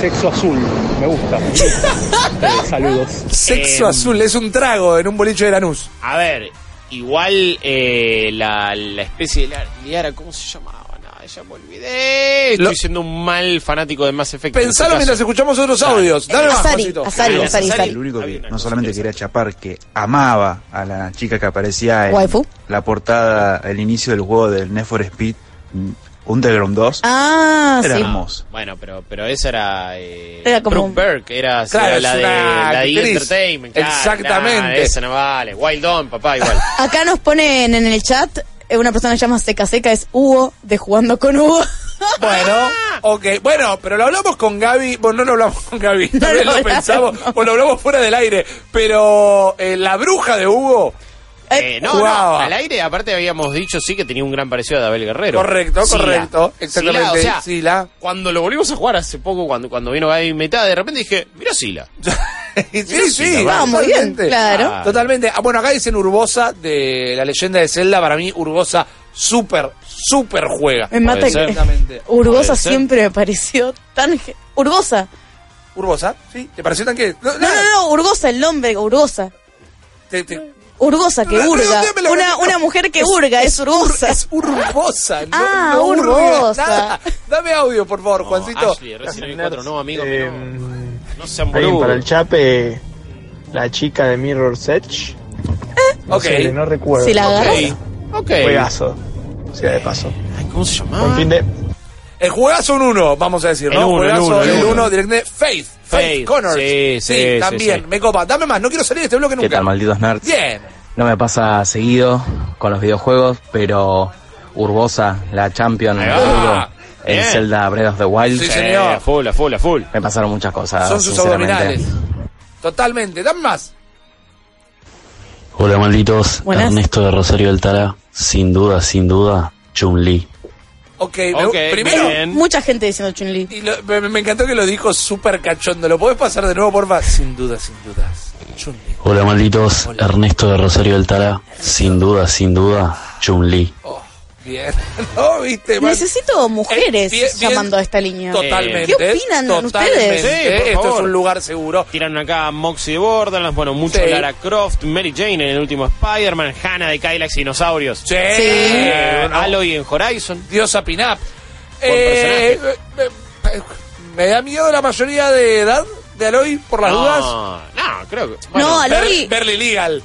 [SPEAKER 5] Sexo azul, me gusta. Eh, saludos.
[SPEAKER 1] Sexo
[SPEAKER 2] Em.
[SPEAKER 1] azul es un trago en un boliche de Lanús.
[SPEAKER 2] A ver, igual eh, la, la especie de la- Liara, ¿cómo se llamaba? No, ya me olvidé. Estoy
[SPEAKER 1] Lo-
[SPEAKER 2] siendo un mal fanático de Mass Effect.
[SPEAKER 1] Pensalo
[SPEAKER 2] en este
[SPEAKER 1] mientras
[SPEAKER 2] caso. Eh,
[SPEAKER 1] escuchamos otros audios. Dame más,
[SPEAKER 3] Asari,
[SPEAKER 1] Juancito.
[SPEAKER 3] Asari,
[SPEAKER 2] Ah,
[SPEAKER 3] Asari,
[SPEAKER 2] Asari.
[SPEAKER 3] Asari.
[SPEAKER 9] El único que
[SPEAKER 2] Había una
[SPEAKER 9] no solamente
[SPEAKER 2] cosa
[SPEAKER 9] quería chapar, que amaba a la chica que aparecía en
[SPEAKER 3] Waifu.
[SPEAKER 9] la portada, el inicio del juego del Need for Speed mm, Underground 2.
[SPEAKER 3] Ah,
[SPEAKER 9] Era
[SPEAKER 3] sí.
[SPEAKER 9] hermoso.
[SPEAKER 2] Bueno, pero, pero esa era. Eh,
[SPEAKER 3] Era como
[SPEAKER 2] Brooke
[SPEAKER 3] un-
[SPEAKER 2] Burke, era,
[SPEAKER 1] Claro,
[SPEAKER 2] era
[SPEAKER 1] es
[SPEAKER 2] la, de,
[SPEAKER 1] una
[SPEAKER 2] la de E!
[SPEAKER 1] actriz.
[SPEAKER 2] Entertainment. claro,
[SPEAKER 1] Exactamente.
[SPEAKER 2] nada, esa no vale. Wild On, papá, igual.
[SPEAKER 3] Acá nos ponen en el chat, eh, una persona que se llama Seca Seca, es Hugo, de Jugando con Hugo.
[SPEAKER 1] Bueno, Ah. ok. Bueno, pero lo hablamos con Gaby. Bueno, no lo hablamos con Gaby.
[SPEAKER 3] No
[SPEAKER 1] No
[SPEAKER 3] lo
[SPEAKER 1] lo
[SPEAKER 3] hablamos.
[SPEAKER 1] pensamos. O lo hablamos fuera del aire. Pero eh, la bruja de Hugo.
[SPEAKER 2] [LAUGHS] Eh, no, no,
[SPEAKER 1] Jugaba.
[SPEAKER 2] al aire, aparte habíamos dicho sí que tenía un gran parecido a Abel Guerrero.
[SPEAKER 1] Correcto,
[SPEAKER 2] Sila.
[SPEAKER 1] correcto.
[SPEAKER 2] Sila, o
[SPEAKER 1] Exactamente.
[SPEAKER 2] sea, [LAUGHS]
[SPEAKER 1] Sila.
[SPEAKER 2] cuando lo volvimos a jugar hace poco, cuando, cuando vino Gaby Metá, de repente dije, mira Sila.
[SPEAKER 1] sí,
[SPEAKER 2] sí,
[SPEAKER 1] sí,
[SPEAKER 2] la verdad.
[SPEAKER 3] Ah, muy bien,
[SPEAKER 1] totalmente.
[SPEAKER 3] claro.
[SPEAKER 2] Ah.
[SPEAKER 1] Totalmente. Ah, Bueno, acá dicen Urbosa de la leyenda de Zelda. Para mí, Urbosa, súper, súper juega.
[SPEAKER 3] Me mata
[SPEAKER 2] ser.
[SPEAKER 3] que...
[SPEAKER 1] Exactamente.
[SPEAKER 3] Urbosa
[SPEAKER 2] Puede ser.
[SPEAKER 3] siempre me pareció tan... ge- Urbosa.
[SPEAKER 1] Urbosa, ¿sí? ¿Te pareció tan que?
[SPEAKER 3] No, no, no, Urgosa, el nombre, Urgosa.
[SPEAKER 1] Te- te-
[SPEAKER 3] Urgosa, que
[SPEAKER 1] No, no,
[SPEAKER 3] hurga.
[SPEAKER 1] no, me la-
[SPEAKER 3] Una,
[SPEAKER 1] no.
[SPEAKER 3] una mujer que hurga, es Urgosa.
[SPEAKER 1] Es Urbosa. No,
[SPEAKER 3] Ah,
[SPEAKER 1] no hurga
[SPEAKER 3] Urbosa.
[SPEAKER 1] nada. Dame audio, por favor,
[SPEAKER 2] No,
[SPEAKER 1] Juancito. em,
[SPEAKER 2] Ashley, Resident Evil 4, no, amigo.
[SPEAKER 5] Eh,
[SPEAKER 2] no, no sean
[SPEAKER 5] Alguien para el
[SPEAKER 2] boludos.
[SPEAKER 5] chape, la chica de Mirror's Edge. No
[SPEAKER 1] Ok.
[SPEAKER 5] sé, no recuerdo.
[SPEAKER 3] Si la agarras.
[SPEAKER 2] Ok.
[SPEAKER 5] Juegazo. Sea de paso.
[SPEAKER 2] Ay, ¿Cómo se
[SPEAKER 5] Buen
[SPEAKER 2] llamaba?
[SPEAKER 5] fin de.
[SPEAKER 1] El juegazo un uno, vamos a decir,
[SPEAKER 2] El
[SPEAKER 1] ¿no?
[SPEAKER 2] uno, el
[SPEAKER 1] juegazo
[SPEAKER 2] uno, el
[SPEAKER 1] el
[SPEAKER 2] uno.
[SPEAKER 1] uno, directamente. Faith, Faith,
[SPEAKER 2] Faith,
[SPEAKER 1] Connors.
[SPEAKER 2] sí, sí, sí,
[SPEAKER 1] también.
[SPEAKER 2] sí.
[SPEAKER 1] Me copa. Dame más, no quiero salir de este bloque nunca.
[SPEAKER 10] ¿Qué tal, malditos nerds?
[SPEAKER 1] Bien.
[SPEAKER 10] No me pasa seguido con los videojuegos, pero Urbosa, la Champion,
[SPEAKER 2] Ahí
[SPEAKER 10] el
[SPEAKER 2] va.
[SPEAKER 10] duro,
[SPEAKER 2] Bien.
[SPEAKER 10] el Zelda Breath of the Wild,
[SPEAKER 1] Sí,
[SPEAKER 2] Sí,
[SPEAKER 1] señor.
[SPEAKER 2] a full, a full, a full.
[SPEAKER 10] me pasaron muchas cosas.
[SPEAKER 1] Ah, Son sus
[SPEAKER 10] sinceramente.
[SPEAKER 1] abdominales. Totalmente. Dame más.
[SPEAKER 11] Hola malditos,
[SPEAKER 3] Buenas.
[SPEAKER 11] Ernesto de Rosario Altara, sin duda, sin duda, Chun-Li.
[SPEAKER 1] Ok, me-
[SPEAKER 2] Ok,
[SPEAKER 1] primero.
[SPEAKER 2] bien.
[SPEAKER 3] Mucha gente diciendo Chun-Li.
[SPEAKER 1] Y lo- me, me encantó que lo dijo súper cachondo. ¿Lo podés pasar de nuevo, porfa? Sin duda, sin dudas. Chun-Li.
[SPEAKER 11] Hola malditos, Ernesto de Rosario Altara, sin duda, sin duda, Chun-Li.
[SPEAKER 1] Oh, bien. [LAUGHS] ¿No viste, man?
[SPEAKER 3] Necesito mujeres
[SPEAKER 1] Eh, bien, bien.
[SPEAKER 3] llamando a esta línea.
[SPEAKER 1] Totalmente.
[SPEAKER 3] ¿Qué opinan
[SPEAKER 1] totalmente.
[SPEAKER 3] ustedes?
[SPEAKER 2] Sí, por
[SPEAKER 1] Esto es
[SPEAKER 2] favor.
[SPEAKER 1] un lugar seguro.
[SPEAKER 2] Tiraron acá a Moxie de Borderlands, bueno, mucho
[SPEAKER 1] Sí.
[SPEAKER 2] Lara Croft, Mary Jane en el último Spider-Man, Hannah de Kylax y Dinosaurios.
[SPEAKER 1] Sí.
[SPEAKER 2] Eh,
[SPEAKER 1] No.
[SPEAKER 2] Aloy en Horizon.
[SPEAKER 1] Diosa Pinap. Eh, me, me da miedo la mayoría de edad de Aloy, por las
[SPEAKER 2] no,
[SPEAKER 1] dudas.
[SPEAKER 2] No, creo que.
[SPEAKER 3] No,
[SPEAKER 1] Ber-
[SPEAKER 3] Aloy-
[SPEAKER 1] Berly Legal.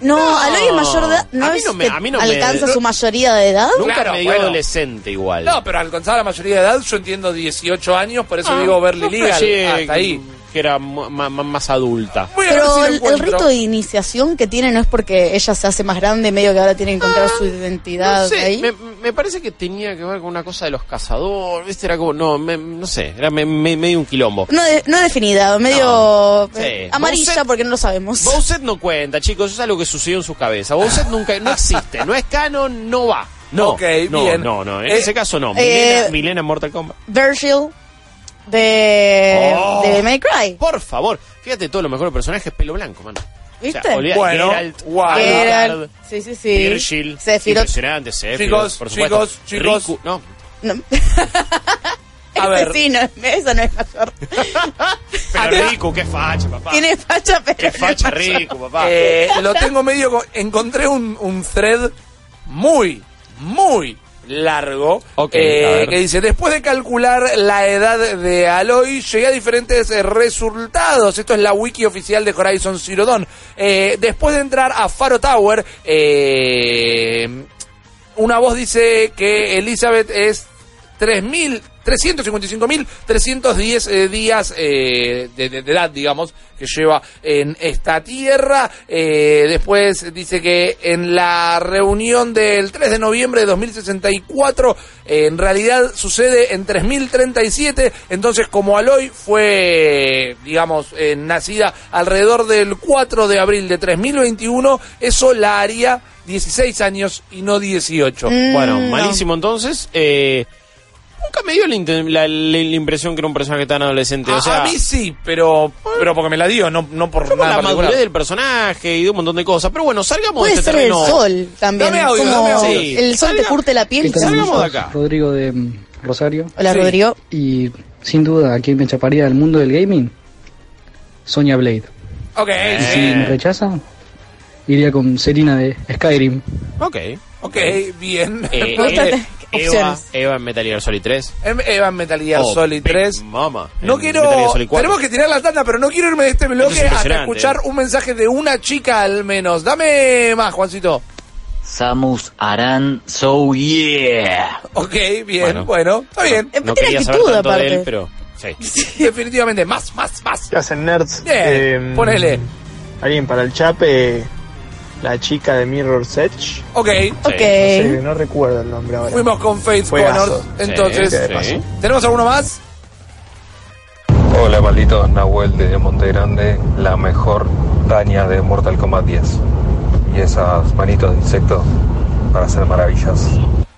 [SPEAKER 3] No,
[SPEAKER 2] No.
[SPEAKER 3] Aloy es mayor de edad. ¿No,
[SPEAKER 2] A mí
[SPEAKER 3] es
[SPEAKER 2] no me-
[SPEAKER 3] que
[SPEAKER 2] a mí no me-
[SPEAKER 3] alcanza
[SPEAKER 2] no-
[SPEAKER 3] su mayoría de edad?
[SPEAKER 2] Nunca
[SPEAKER 1] Claro,
[SPEAKER 2] me dio
[SPEAKER 1] bueno.
[SPEAKER 2] adolescente igual.
[SPEAKER 3] Ah.
[SPEAKER 1] No, pero alcanzada la mayoría de edad, yo entiendo 18 años, por eso digo Berly
[SPEAKER 2] no
[SPEAKER 1] Legal.
[SPEAKER 2] flashé
[SPEAKER 1] Hasta ahí.
[SPEAKER 2] con- que era mu- ma- ma- más adulta.
[SPEAKER 3] [LAUGHS] Pero el, el rito de iniciación que tiene no es porque ella se hace más grande, medio que ahora tiene que encontrar su identidad
[SPEAKER 2] Ah, No sé,
[SPEAKER 3] ahí.
[SPEAKER 2] me, me parece que tenía que ver con una cosa de los cazadores, ¿viste? Era como, no, me- no sé, era me- me- medio un quilombo.
[SPEAKER 3] No, de- no definida, medio
[SPEAKER 2] sí.
[SPEAKER 3] eh, amarilla
[SPEAKER 2] Bowser-
[SPEAKER 3] porque no lo sabemos.
[SPEAKER 2] Bowset no cuenta, chicos, eso es algo que sucedió en su cabeza. Bowset nunca, no existe, no es canon, no va. No,
[SPEAKER 1] Ok,
[SPEAKER 2] no,
[SPEAKER 1] bien.
[SPEAKER 2] no, no, en
[SPEAKER 1] Eh,
[SPEAKER 2] ese caso no.
[SPEAKER 3] eh,
[SPEAKER 2] Milena, Milena en Mortal Kombat.
[SPEAKER 3] Virgil de,
[SPEAKER 2] Oh.
[SPEAKER 3] de May Cry.
[SPEAKER 2] Por favor, fíjate todos los mejores personajes, pelo blanco, mano.
[SPEAKER 3] ¿Viste?
[SPEAKER 2] olvidá-
[SPEAKER 1] Bueno,
[SPEAKER 2] Geralt,
[SPEAKER 1] guau.
[SPEAKER 2] Alucard,
[SPEAKER 3] Geralt, sí, sí, sí.
[SPEAKER 2] Virgil,
[SPEAKER 3] Sephiroth.
[SPEAKER 2] impresionante, Sephiroth,
[SPEAKER 1] Chicos,
[SPEAKER 2] por supuesto.
[SPEAKER 1] chicos, chicos.
[SPEAKER 2] Riku, no,
[SPEAKER 1] A
[SPEAKER 3] Ese
[SPEAKER 1] ver,
[SPEAKER 3] sí, no, esa no es mayor.
[SPEAKER 2] pero Riku, qué facha, papá.
[SPEAKER 3] Tiene facha,
[SPEAKER 2] Ah.
[SPEAKER 3] pero.
[SPEAKER 2] Qué
[SPEAKER 3] no es
[SPEAKER 2] facha
[SPEAKER 3] mayor.
[SPEAKER 2] Riku, papá.
[SPEAKER 1] eh, lo tengo medio... co- Encontré un, un thread muy, muy largo
[SPEAKER 2] Ok,
[SPEAKER 1] eh,
[SPEAKER 2] a ver.
[SPEAKER 1] que dice después de calcular la edad de Aloy llegué a diferentes eh, resultados esto es la wiki oficial de Horizon Zero Dawn Eh, después de entrar a Faro Tower eh, una voz dice que Elizabeth es 3.000, 355.310 eh, días eh, de, de- de edad, digamos, que lleva en esta tierra. Eh, después dice que en la reunión del 3 de noviembre de 2064, eh, en realidad sucede en 3.037. Entonces, como Aloy fue, digamos, eh, nacida alrededor del 4 de abril de 3021, eso la haría 16 años y no 18.
[SPEAKER 2] Bueno,
[SPEAKER 3] no.
[SPEAKER 2] malísimo entonces. Eh, nunca me dio la, inte- la- la- la impresión que era un personaje tan adolescente.
[SPEAKER 1] A,
[SPEAKER 2] o sea,
[SPEAKER 1] a mí sí, pero pero porque me la dio, no, no por
[SPEAKER 2] por
[SPEAKER 1] nada
[SPEAKER 2] la
[SPEAKER 1] particular.
[SPEAKER 2] madurez del personaje y de un montón de cosas. Pero bueno, salgamos
[SPEAKER 3] [LAUGHS] Puede
[SPEAKER 2] de este
[SPEAKER 3] ser el
[SPEAKER 2] terreno.
[SPEAKER 3] sol también.
[SPEAKER 1] Dame audio,
[SPEAKER 3] como
[SPEAKER 1] dame audio.
[SPEAKER 2] Sí.
[SPEAKER 3] El sol te
[SPEAKER 2] Salga-
[SPEAKER 3] curte la piel.
[SPEAKER 2] Salgamos de acá.
[SPEAKER 12] Rodrigo de mm, Rosario.
[SPEAKER 3] Hola, Rodrigo.
[SPEAKER 12] Y sin duda, ¿a quien me chaparía del mundo del gaming? Sonia Blade.
[SPEAKER 1] Ok,
[SPEAKER 12] Y si me
[SPEAKER 1] sí.
[SPEAKER 12] rechaza, iría con Serena de Skyrim.
[SPEAKER 2] Ok.
[SPEAKER 1] Ok, bien.
[SPEAKER 2] Eh,
[SPEAKER 3] Bastante
[SPEAKER 2] Eva,
[SPEAKER 3] opciones.
[SPEAKER 2] Eva en Metal Gear Solid 3.
[SPEAKER 1] [LAUGHS] Em- Eva en Metal Gear
[SPEAKER 2] Oh,
[SPEAKER 1] Solid
[SPEAKER 2] Big
[SPEAKER 1] 3.
[SPEAKER 2] Mama.
[SPEAKER 1] No
[SPEAKER 2] en Metal Gear
[SPEAKER 1] quiero.
[SPEAKER 2] Solid 4.
[SPEAKER 1] Tenemos que tirar la tanda, pero no quiero irme de este
[SPEAKER 2] Esto
[SPEAKER 1] bloque
[SPEAKER 2] es
[SPEAKER 1] hasta
[SPEAKER 2] impresionante,
[SPEAKER 1] escuchar
[SPEAKER 2] eh.
[SPEAKER 1] un mensaje de una chica al menos. Dame más, Juancito.
[SPEAKER 11] Samus Aran, so yeah.
[SPEAKER 1] Ok, bien, bueno,
[SPEAKER 2] Bueno.
[SPEAKER 1] está bien.
[SPEAKER 3] Eh,
[SPEAKER 2] No
[SPEAKER 3] tiene
[SPEAKER 2] quería saber tanto
[SPEAKER 3] actitud,
[SPEAKER 2] de
[SPEAKER 3] aparte.
[SPEAKER 2] él, pero. [LAUGHS] Sí.
[SPEAKER 1] Definitivamente, más, más, más.
[SPEAKER 5] ¿Qué hacen nerds?
[SPEAKER 1] Bien,
[SPEAKER 5] Eh,
[SPEAKER 1] ponele.
[SPEAKER 5] Alguien para el chape, la chica de Mirror's Edge.
[SPEAKER 1] Ok,
[SPEAKER 3] Ok.
[SPEAKER 5] Sí, no recuerdo el nombre ahora.
[SPEAKER 1] fuimos con Faith
[SPEAKER 5] Juegazo.
[SPEAKER 1] Connors.
[SPEAKER 5] Sí,
[SPEAKER 1] Entonces,
[SPEAKER 5] sí, de paso.
[SPEAKER 1] ¿tenemos alguno más?
[SPEAKER 6] Hola, malditos. Nahuel de Monte Grande, la mejor daña de Mortal Kombat 10. Y esas manitos de insecto para hacer maravillas.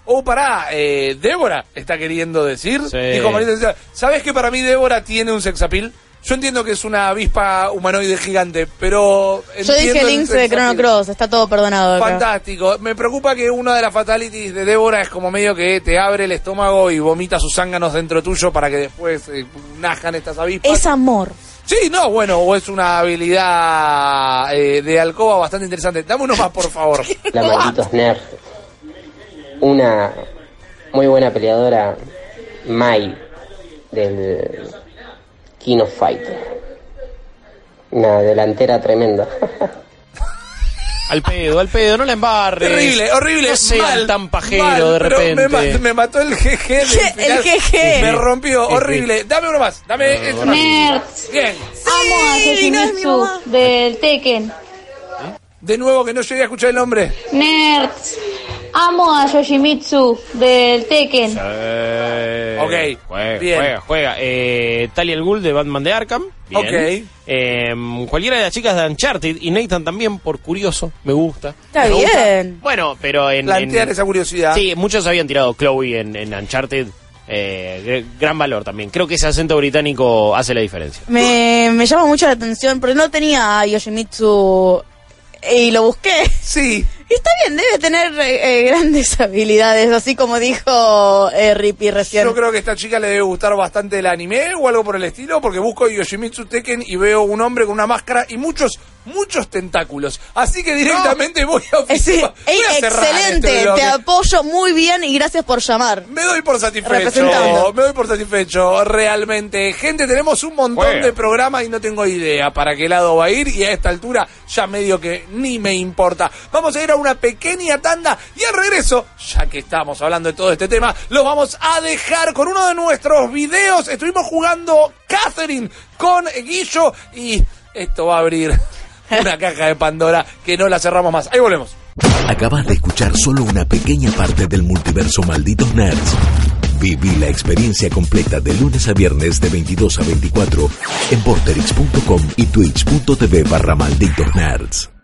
[SPEAKER 1] Oh, pará, eh, Débora está queriendo decir.
[SPEAKER 2] Sí.
[SPEAKER 1] Dijo Marita, decía, ¿sabes que para mí Débora tiene un sexapil? Yo entiendo que es una avispa humanoide gigante, pero.
[SPEAKER 3] Yo dije links de Chrono Cross, está todo perdonado. acá.
[SPEAKER 1] Fantástico. Me preocupa que una de las fatalities de Débora es como medio que te abre el estómago y vomita sus zánganos dentro tuyo para que después eh, najan estas avispas.
[SPEAKER 3] Es amor.
[SPEAKER 1] Sí, no, bueno, o es una habilidad eh, de alcoba bastante interesante. Dame uno más, por favor.
[SPEAKER 13] La malditos nerd. Una muy buena peleadora, Mai, del Kino Fight. Una delantera tremenda.
[SPEAKER 2] Al pedo, al pedo, no la embarres.
[SPEAKER 1] Terrible, horrible,
[SPEAKER 2] No seas
[SPEAKER 1] mal,
[SPEAKER 2] tan pajero
[SPEAKER 1] mal,
[SPEAKER 2] de
[SPEAKER 1] pero
[SPEAKER 2] repente.
[SPEAKER 1] me ma- Me, mató el jeje. del
[SPEAKER 3] Je-
[SPEAKER 1] final.
[SPEAKER 3] el jeje.
[SPEAKER 1] Me rompió, horrible. Dame uno más, dame esto.
[SPEAKER 14] Nerds.
[SPEAKER 1] Bien.
[SPEAKER 14] Amo a
[SPEAKER 3] no es mi
[SPEAKER 14] Yoshimitsu
[SPEAKER 3] mamá.
[SPEAKER 14] del Tekken.
[SPEAKER 1] De nuevo que no llegué a escuchar el nombre.
[SPEAKER 14] Nerds. Amo a Yoshimitsu del Tekken.
[SPEAKER 2] Eh,
[SPEAKER 1] Ok,
[SPEAKER 2] Juega,
[SPEAKER 1] bien.
[SPEAKER 2] juega, juega. Eh, Talia al Ghul de Batman de Arkham. Bien.
[SPEAKER 1] Ok.
[SPEAKER 2] Eh, cualquiera de las chicas de Uncharted y Nathan también, por curioso, me gusta.
[SPEAKER 3] Está
[SPEAKER 2] Me gusta.
[SPEAKER 3] bien.
[SPEAKER 2] Bueno, pero en.
[SPEAKER 1] Plantear
[SPEAKER 2] en-
[SPEAKER 1] esa curiosidad.
[SPEAKER 2] Sí, muchos habían tirado Chloe en, en Uncharted. Eh, gr- gran valor también. Creo que ese acento británico hace la diferencia.
[SPEAKER 3] Me, me llama mucho la atención porque no tenía a Yoshimitsu y lo busqué. [LAUGHS]
[SPEAKER 1] Sí.
[SPEAKER 3] Y está bien, debe tener eh, eh, grandes [LAUGHS] habilidades, así como dijo eh, Rippy recién.
[SPEAKER 1] Yo creo que a esta chica le debe gustar bastante el anime o algo por el estilo, porque busco Yoshimitsu Tekken y veo un hombre con una máscara y muchos muchos tentáculos. Así que directamente voy a oficina. [LAUGHS]
[SPEAKER 3] Ey,
[SPEAKER 1] voy a cerrar este
[SPEAKER 3] Eh, excelente,
[SPEAKER 1] bloque.
[SPEAKER 3] te apoyo muy bien y gracias por llamar.
[SPEAKER 1] Me doy por satisfecho,
[SPEAKER 3] Representando.
[SPEAKER 1] me doy por satisfecho, realmente. Gente, tenemos un montón de programas y no tengo idea para qué lado va a ir y a esta altura ya medio que ni me importa. Vamos a ir a una pequeña tanda y al regreso, ya que estamos hablando de todo este tema, lo vamos a dejar con uno de nuestros videos. Estuvimos jugando Catherine con Guillo y esto va a abrir una caja de Pandora que no la cerramos más. Ahí volvemos.
[SPEAKER 5] Acabas de escuchar solo una pequeña parte del multiverso Malditos Nerds. Viví la experiencia completa de lunes a viernes de 22 a 24 en porterix.com y twitch.tv barra Malditos Nerds.